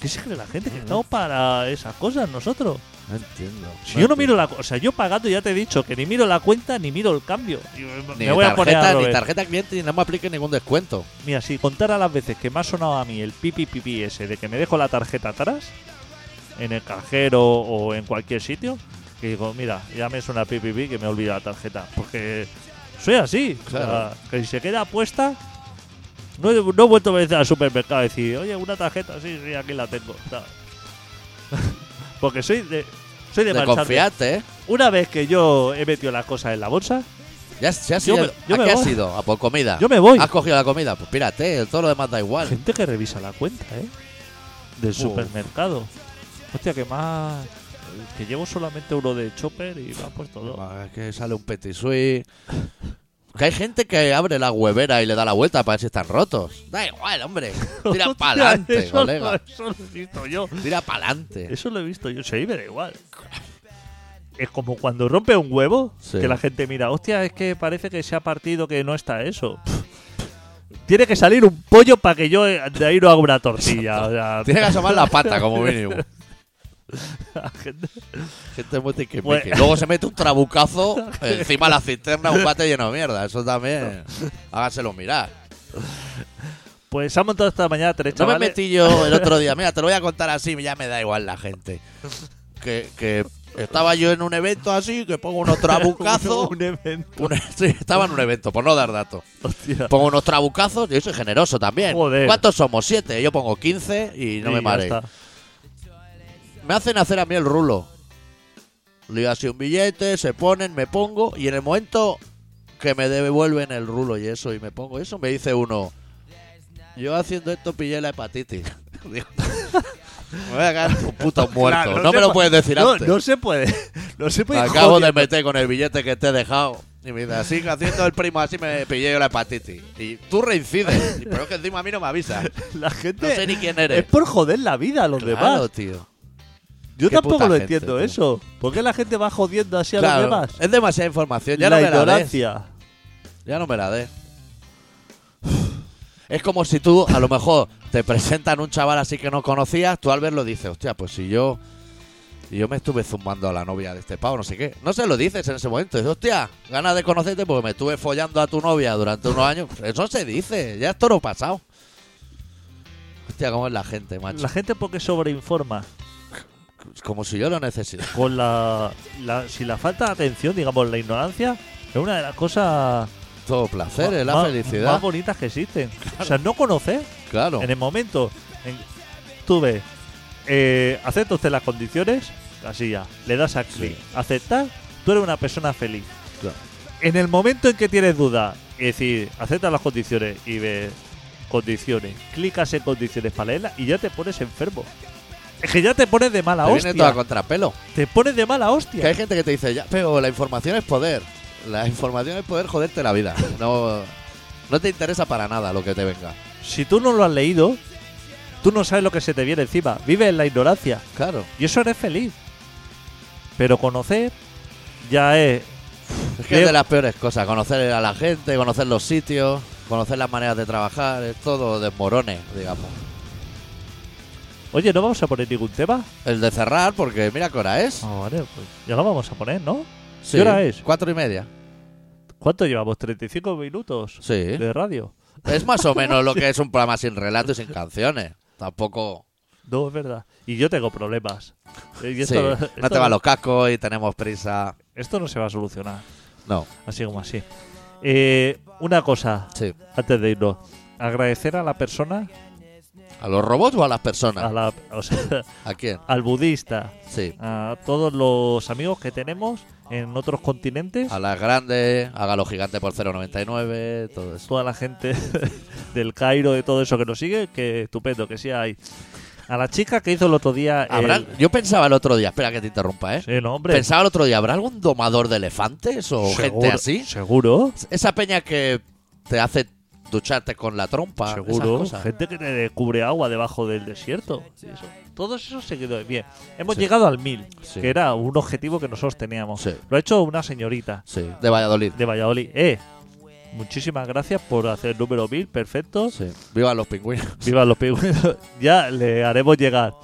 [SPEAKER 2] ¿Qué se cree la gente? Que
[SPEAKER 1] Ujú.
[SPEAKER 2] estamos para esas cosas nosotros.
[SPEAKER 1] no entiendo.
[SPEAKER 2] Si yo no miro
[SPEAKER 1] entiendo.
[SPEAKER 2] la... cu- O sea, yo pagando ya te he dicho que ni miro la cuenta ni miro el cambio. Y me-
[SPEAKER 1] Ni
[SPEAKER 2] me voy a poner a
[SPEAKER 1] tarjeta, ni
[SPEAKER 2] Robert.
[SPEAKER 1] tarjeta cliente ni no me aplique ningún descuento.
[SPEAKER 2] Mira, si contara las veces que me ha sonado a mí el pipi pipi ese de que me dejo la tarjeta atrás, en el cajero o en cualquier sitio, que digo, mira, ya me suena pipi pipi que me olvida la tarjeta. Porque soy así. o sea,
[SPEAKER 1] Claro.
[SPEAKER 2] que si se queda puesta, no he, no he vuelto a veces al supermercado a decir, oye, una tarjeta, sí, sí, aquí la tengo. tal. porque soy de. Soy de,
[SPEAKER 1] De
[SPEAKER 2] marcharme.
[SPEAKER 1] confiarte, ¿eh?
[SPEAKER 2] Una vez que yo he metido las cosas en la bolsa,
[SPEAKER 1] Ya, ya has
[SPEAKER 2] Yo
[SPEAKER 1] ido-
[SPEAKER 2] me- yo
[SPEAKER 1] ¿A
[SPEAKER 2] me
[SPEAKER 1] qué has
[SPEAKER 2] voy.
[SPEAKER 1] ido? ¿A por comida?
[SPEAKER 2] yo me voy.
[SPEAKER 1] ¿Has cogido la comida? Pues pírate, todo lo demás da igual.
[SPEAKER 2] Gente que revisa la cuenta, ¿eh? Del supermercado. Hostia, que más. Que llevo solamente uno de chopper y me han puesto dos.
[SPEAKER 1] Ah, es que sale un petit suisse. Que hay gente que abre la huevera y le da la vuelta para ver si están rotos. Da igual, hombre. Tira
[SPEAKER 2] Hostia,
[SPEAKER 1] para adelante,
[SPEAKER 2] eso,
[SPEAKER 1] colega.
[SPEAKER 2] Eso lo he visto yo.
[SPEAKER 1] Tira para adelante.
[SPEAKER 2] Eso lo he visto yo. Sí, me da igual. Es como cuando rompe un huevo,
[SPEAKER 1] Sí.
[SPEAKER 2] que la gente mira, hostia, es que parece que se ha partido, que no está eso. Tiene que salir un pollo para que yo eh, de ahí no haga una tortilla. o sea,
[SPEAKER 1] Tiene que asomar la pata, como mínimo.
[SPEAKER 2] la gente-
[SPEAKER 1] Gente muy tiquismiqui.
[SPEAKER 2] Bueno.
[SPEAKER 1] Luego se mete un trabucazo encima de la cisterna, un bate lleno de mierda. Eso también. Hágaselo mirar.
[SPEAKER 2] Pues se han montado esta mañana tres
[SPEAKER 1] No me
[SPEAKER 2] chavales.
[SPEAKER 1] metí yo el otro día. Mira, te lo voy a contar así, ya me da igual la gente. Que, que estaba yo en un evento así, que pongo unos trabucazos.
[SPEAKER 2] un evento.
[SPEAKER 1] un- e- sí, estaba en un evento, por no dar datos.
[SPEAKER 2] Hostia.
[SPEAKER 1] Pongo unos trabucazos, yo soy generoso también.
[SPEAKER 2] Joder.
[SPEAKER 1] ¿Cuántos somos? Siete. Yo pongo 15 y no
[SPEAKER 2] Y
[SPEAKER 1] me
[SPEAKER 2] ya
[SPEAKER 1] mareé.
[SPEAKER 2] está.
[SPEAKER 1] Me hacen hacer a mí el rulo. Le doy así un billete, se ponen, me pongo y en el momento que me devuelven el rulo y eso y me pongo eso, me dice uno, yo haciendo esto pillé la hepatitis. Digo, me voy a caer un puto muerto.
[SPEAKER 2] Claro,
[SPEAKER 1] no
[SPEAKER 2] se
[SPEAKER 1] me lo
[SPEAKER 2] pu-
[SPEAKER 1] puedes decir
[SPEAKER 2] no,
[SPEAKER 1] antes.
[SPEAKER 2] No se puede. No se
[SPEAKER 1] me
[SPEAKER 2] puede.
[SPEAKER 1] acabo
[SPEAKER 2] joder.
[SPEAKER 1] de meter con el billete que te he dejado. Y me dice, así que haciendo el primo así me pillé yo la hepatitis. Y tú reincides. Y, Pero es que encima a mí no me avisas.
[SPEAKER 2] La
[SPEAKER 1] No
[SPEAKER 2] gente.
[SPEAKER 1] sé ni quién eres.
[SPEAKER 2] es por joder la vida a los
[SPEAKER 1] Claro,
[SPEAKER 2] demás.
[SPEAKER 1] tío.
[SPEAKER 2] Yo
[SPEAKER 1] qué puta
[SPEAKER 2] tampoco lo
[SPEAKER 1] gente,
[SPEAKER 2] entiendo
[SPEAKER 1] tú.
[SPEAKER 2] eso. ¿Por qué la gente va jodiendo así a
[SPEAKER 1] Claro,
[SPEAKER 2] los demás?
[SPEAKER 1] es demasiada información. Ya
[SPEAKER 2] la
[SPEAKER 1] no me la des.
[SPEAKER 2] ignorancia.
[SPEAKER 1] Ya no me la des. Es como si tú, a lo mejor, te presentan un chaval así que no conocías, tú al verlo dices, hostia, pues si yo. si yo me estuve zumbando a la novia de este pavo, no sé qué. No se lo dices en ese momento. Dices, hostia, ganas de conocerte porque me estuve follando a tu novia durante unos años. Pues Eso se dice, ya es toro pasado. Hostia, cómo es la gente, macho.
[SPEAKER 2] La gente porque sobreinforma.
[SPEAKER 1] Como si yo lo necesitara.
[SPEAKER 2] Con la, la- Si la falta de atención, digamos, la ignorancia, es una de las cosas.
[SPEAKER 1] Todo placer, es la
[SPEAKER 2] más,
[SPEAKER 1] felicidad.
[SPEAKER 2] más bonitas que existen. O sea, no conocer.
[SPEAKER 1] Claro.
[SPEAKER 2] En el momento. En, tú ves. eh, acepta usted las condiciones. Así ya. Le das a clic. Aceptar. Tú eres una persona feliz.
[SPEAKER 1] Claro.
[SPEAKER 2] En el momento en que tienes duda, es decir, aceptas las condiciones y ves condiciones, clicas en condiciones para leerlas y ya te pones enfermo. Es que ya te pones de mala
[SPEAKER 1] Te viene todo a
[SPEAKER 2] hostia.
[SPEAKER 1] contrapelo.
[SPEAKER 2] Te pones de mala
[SPEAKER 1] Que
[SPEAKER 2] hostia.
[SPEAKER 1] hay gente que te dice, ya, pero la información es poder. La información es poder joderte la vida. No, no te interesa para nada lo que te venga.
[SPEAKER 2] Si tú no lo has leído, tú no sabes lo que se te viene encima. Vives en la ignorancia.
[SPEAKER 1] Claro.
[SPEAKER 2] Y eso eres feliz. Pero conocer ya es.
[SPEAKER 1] Es que es de las peores cosas. Conocer a la gente, conocer los sitios, conocer las maneras de trabajar, es todo desmorones, digamos.
[SPEAKER 2] Oye, ¿no vamos a poner ningún tema?
[SPEAKER 1] El de cerrar, porque mira qué hora es.
[SPEAKER 2] Ah, vale, pues ya lo vamos a poner, ¿no?
[SPEAKER 1] Sí,
[SPEAKER 2] ¿Qué hora es?
[SPEAKER 1] Cuatro y media.
[SPEAKER 2] ¿Cuánto llevamos? ¿35 minutos
[SPEAKER 1] Sí.
[SPEAKER 2] de radio?
[SPEAKER 1] Es más o menos lo que es un programa sin relato y sin canciones. Tampoco.
[SPEAKER 2] No, es verdad. Y yo tengo problemas. Eh, y
[SPEAKER 1] Sí,
[SPEAKER 2] esto-
[SPEAKER 1] no
[SPEAKER 2] esto
[SPEAKER 1] te van los cascos y tenemos prisa.
[SPEAKER 2] Esto no se va a solucionar,
[SPEAKER 1] No,
[SPEAKER 2] así como así. Eh, una cosa,
[SPEAKER 1] sí.
[SPEAKER 2] antes de irnos. Agradecer a la persona,
[SPEAKER 1] ¿A los robots o a las
[SPEAKER 2] a
[SPEAKER 1] personas?
[SPEAKER 2] la, o sea,
[SPEAKER 1] ¿A quién?
[SPEAKER 2] al budista,
[SPEAKER 1] Sí.
[SPEAKER 2] a todos los amigos que tenemos en otros continentes,
[SPEAKER 1] A las grandes, haga los gigantes por 0,99, todo eso.
[SPEAKER 2] toda la gente del Cairo, de todo eso que nos sigue, que estupendo, que sí hay. A la chica que hizo el otro día... el-
[SPEAKER 1] ¿Habrá- Yo pensaba el otro día, espera que te interrumpa, ¿eh?
[SPEAKER 2] Sí, no, Eh, hombre.
[SPEAKER 1] Pensaba el otro día, ¿habrá algún domador de elefantes o gente
[SPEAKER 2] Seguro-
[SPEAKER 1] así?
[SPEAKER 2] Seguro,
[SPEAKER 1] Esa peña que te hace ducharte con la trompa, esas
[SPEAKER 2] seguro.
[SPEAKER 1] cosas.
[SPEAKER 2] Gente que te descubre agua debajo del desierto. Y eso. Todo eso se quedó bien. Hemos
[SPEAKER 1] Sí.
[SPEAKER 2] llegado al mil,
[SPEAKER 1] Sí.
[SPEAKER 2] que era un objetivo que nosotros teníamos.
[SPEAKER 1] Sí.
[SPEAKER 2] Lo ha hecho una señorita
[SPEAKER 1] Sí, de Valladolid.
[SPEAKER 2] de Valladolid. Eh, muchísimas gracias por hacer el número mil, perfecto.
[SPEAKER 1] Sí. Viva los pingüinos.
[SPEAKER 2] Viva los pingüinos. ya le haremos llegar.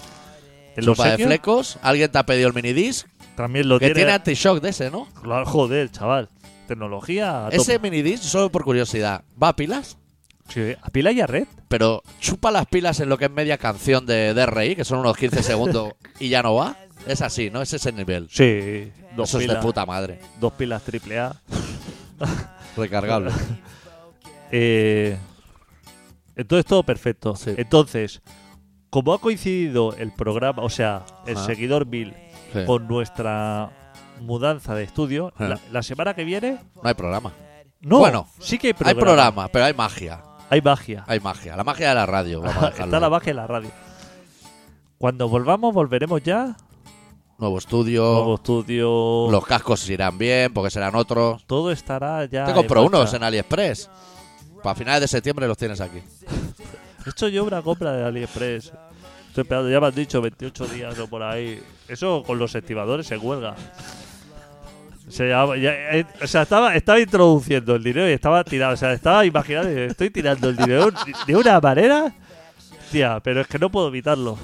[SPEAKER 2] El
[SPEAKER 1] Chupa de
[SPEAKER 2] obsequio
[SPEAKER 1] flecos. Alguien te ha pedido el minidisc.
[SPEAKER 2] también lo
[SPEAKER 1] Que
[SPEAKER 2] tiene.
[SPEAKER 1] tiene anti-shock de ese, ¿no?
[SPEAKER 2] Claro, Joder, chaval. Tecnología. a
[SPEAKER 1] Ese
[SPEAKER 2] tope.
[SPEAKER 1] minidisc, solo por curiosidad, va a pilas,
[SPEAKER 2] Sí, a pila y a red.
[SPEAKER 1] pero chupa las pilas en lo que es media canción de DRI, que son unos 15 segundos y ya no va. Es así, ¿no? Es ese nivel.
[SPEAKER 2] Sí, dos
[SPEAKER 1] Eso es de
[SPEAKER 2] pilas.
[SPEAKER 1] puta madre.
[SPEAKER 2] Dos pilas triple A.
[SPEAKER 1] Recargable.
[SPEAKER 2] Eh, entonces todo perfecto.
[SPEAKER 1] Sí.
[SPEAKER 2] Entonces, como ha coincidido el programa, o sea, el
[SPEAKER 1] Ah.
[SPEAKER 2] seguidor Bill
[SPEAKER 1] Sí.
[SPEAKER 2] con nuestra mudanza de estudio,
[SPEAKER 1] Ah.
[SPEAKER 2] la, la semana que viene,
[SPEAKER 1] No hay programa.
[SPEAKER 2] no,
[SPEAKER 1] Bueno,
[SPEAKER 2] sí que hay
[SPEAKER 1] Hay
[SPEAKER 2] programa.
[SPEAKER 1] programa, pero hay magia.
[SPEAKER 2] Hay magia.
[SPEAKER 1] Hay magia. La magia de la radio. vamos a dejarlo
[SPEAKER 2] Está la
[SPEAKER 1] ahí.
[SPEAKER 2] magia en la radio. Cuando volvamos, volveremos ya.
[SPEAKER 1] Nuevo estudio.
[SPEAKER 2] Nuevo estudio.
[SPEAKER 1] Los cascos irán bien porque serán otros.
[SPEAKER 2] Todo estará ya.
[SPEAKER 1] Te compro
[SPEAKER 2] en marcha.
[SPEAKER 1] unos en AliExpress. Para finales de septiembre los tienes aquí.
[SPEAKER 2] He hecho yo una compra de AliExpress. Estoy esperando, ya me han dicho 28 días o por ahí. Eso con los activadores se cuelga. O sea, ya- ya- eh, o sea, estaba, estaba introduciendo el dinero y estaba tirado. O sea, estaba imaginando, digo, estoy tirando el dinero de una manera. Tía, pero es que no puedo evitarlo.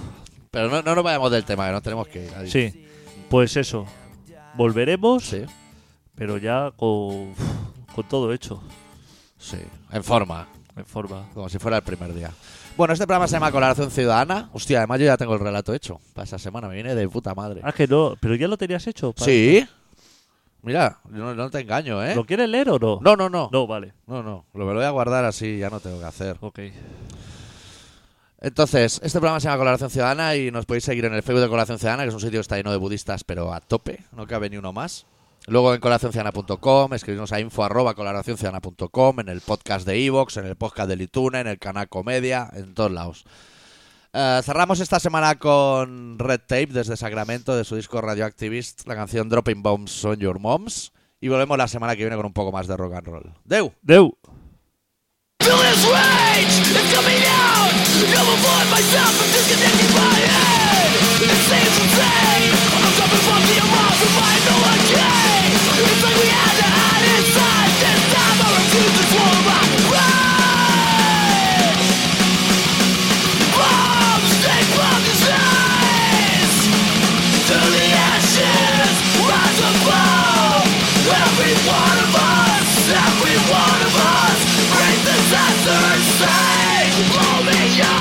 [SPEAKER 1] Pero no, no nos vayamos del tema, que nos tenemos que ir. Ahí.
[SPEAKER 2] Sí, pues eso. Volveremos,
[SPEAKER 1] Sí,
[SPEAKER 2] pero ya con, con todo hecho,
[SPEAKER 1] sí. En forma,
[SPEAKER 2] en forma.
[SPEAKER 1] como si fuera el primer día. Bueno, este programa se llama Colaboración Ciudadana. Hostia, además yo ya tengo el relato hecho. Para esa semana me viene de puta madre.
[SPEAKER 2] Ah, que no, pero ya lo tenías hecho. Pablo.
[SPEAKER 1] Sí. Mira, no, no te engaño, ¿eh?
[SPEAKER 2] ¿Lo quieres leer o no?
[SPEAKER 1] No, no, no.
[SPEAKER 2] No, vale.
[SPEAKER 1] No, no. Lo me lo voy a guardar así, ya no tengo que hacer.
[SPEAKER 2] Ok.
[SPEAKER 1] Entonces, este programa se llama Colaboración Ciudadana y nos podéis seguir en el Facebook de Colaboración Ciudadana, que es un sitio que está lleno de budistas, pero a tope, no cabe ni uno más. Luego en colaboracionciudadana.com, escribirnos a info arroba colaboracionciudadana.com, en el podcast de Evox, en el podcast de Litune, en el canal Comedia, en todos lados. Eh, cerramos esta semana con Red Tape desde Sacramento de su disco Radioactivist, la canción Dropping Bombs on Your Moms. Y volvemos la semana que viene con un poco más de rock and roll. ¡Deu!
[SPEAKER 2] Deu.
[SPEAKER 3] Fearless rage is coming out. No more void myself. I'm disconnecting my head. It seems insane. I'm coming from the around to find no one came. It's like we had to hide inside. This time I refuse to swallow my rage. Bombs take from disease. Through the ashes, rise and fall. Every one of us, every one of us, great disaster and save. Only you.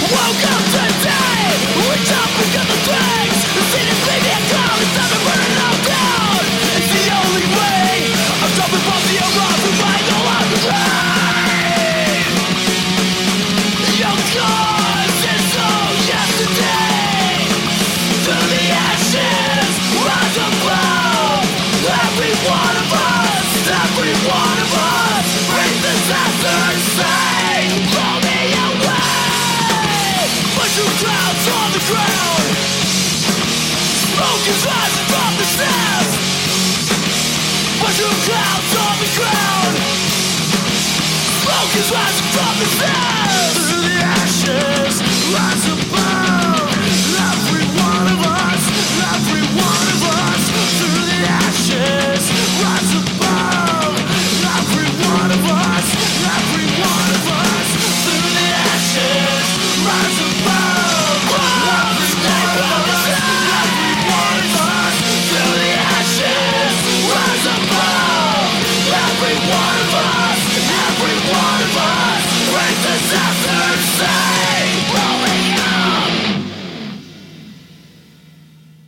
[SPEAKER 3] Woke up today, reach up and got the things. The city bleeding and cold, it's time to burn it all down. It's the only way. I'm jumping from the around to find all I crave. Your cause is all yesterday. Through the ashes, rise above. Every one of us, every one of us, bring disaster and fate. Blow me away. Push your clouds on the ground. Smoke is rising from the steps. Push your clouds on the ground. Smoke is rising from the steps. Through the ashes, rise above.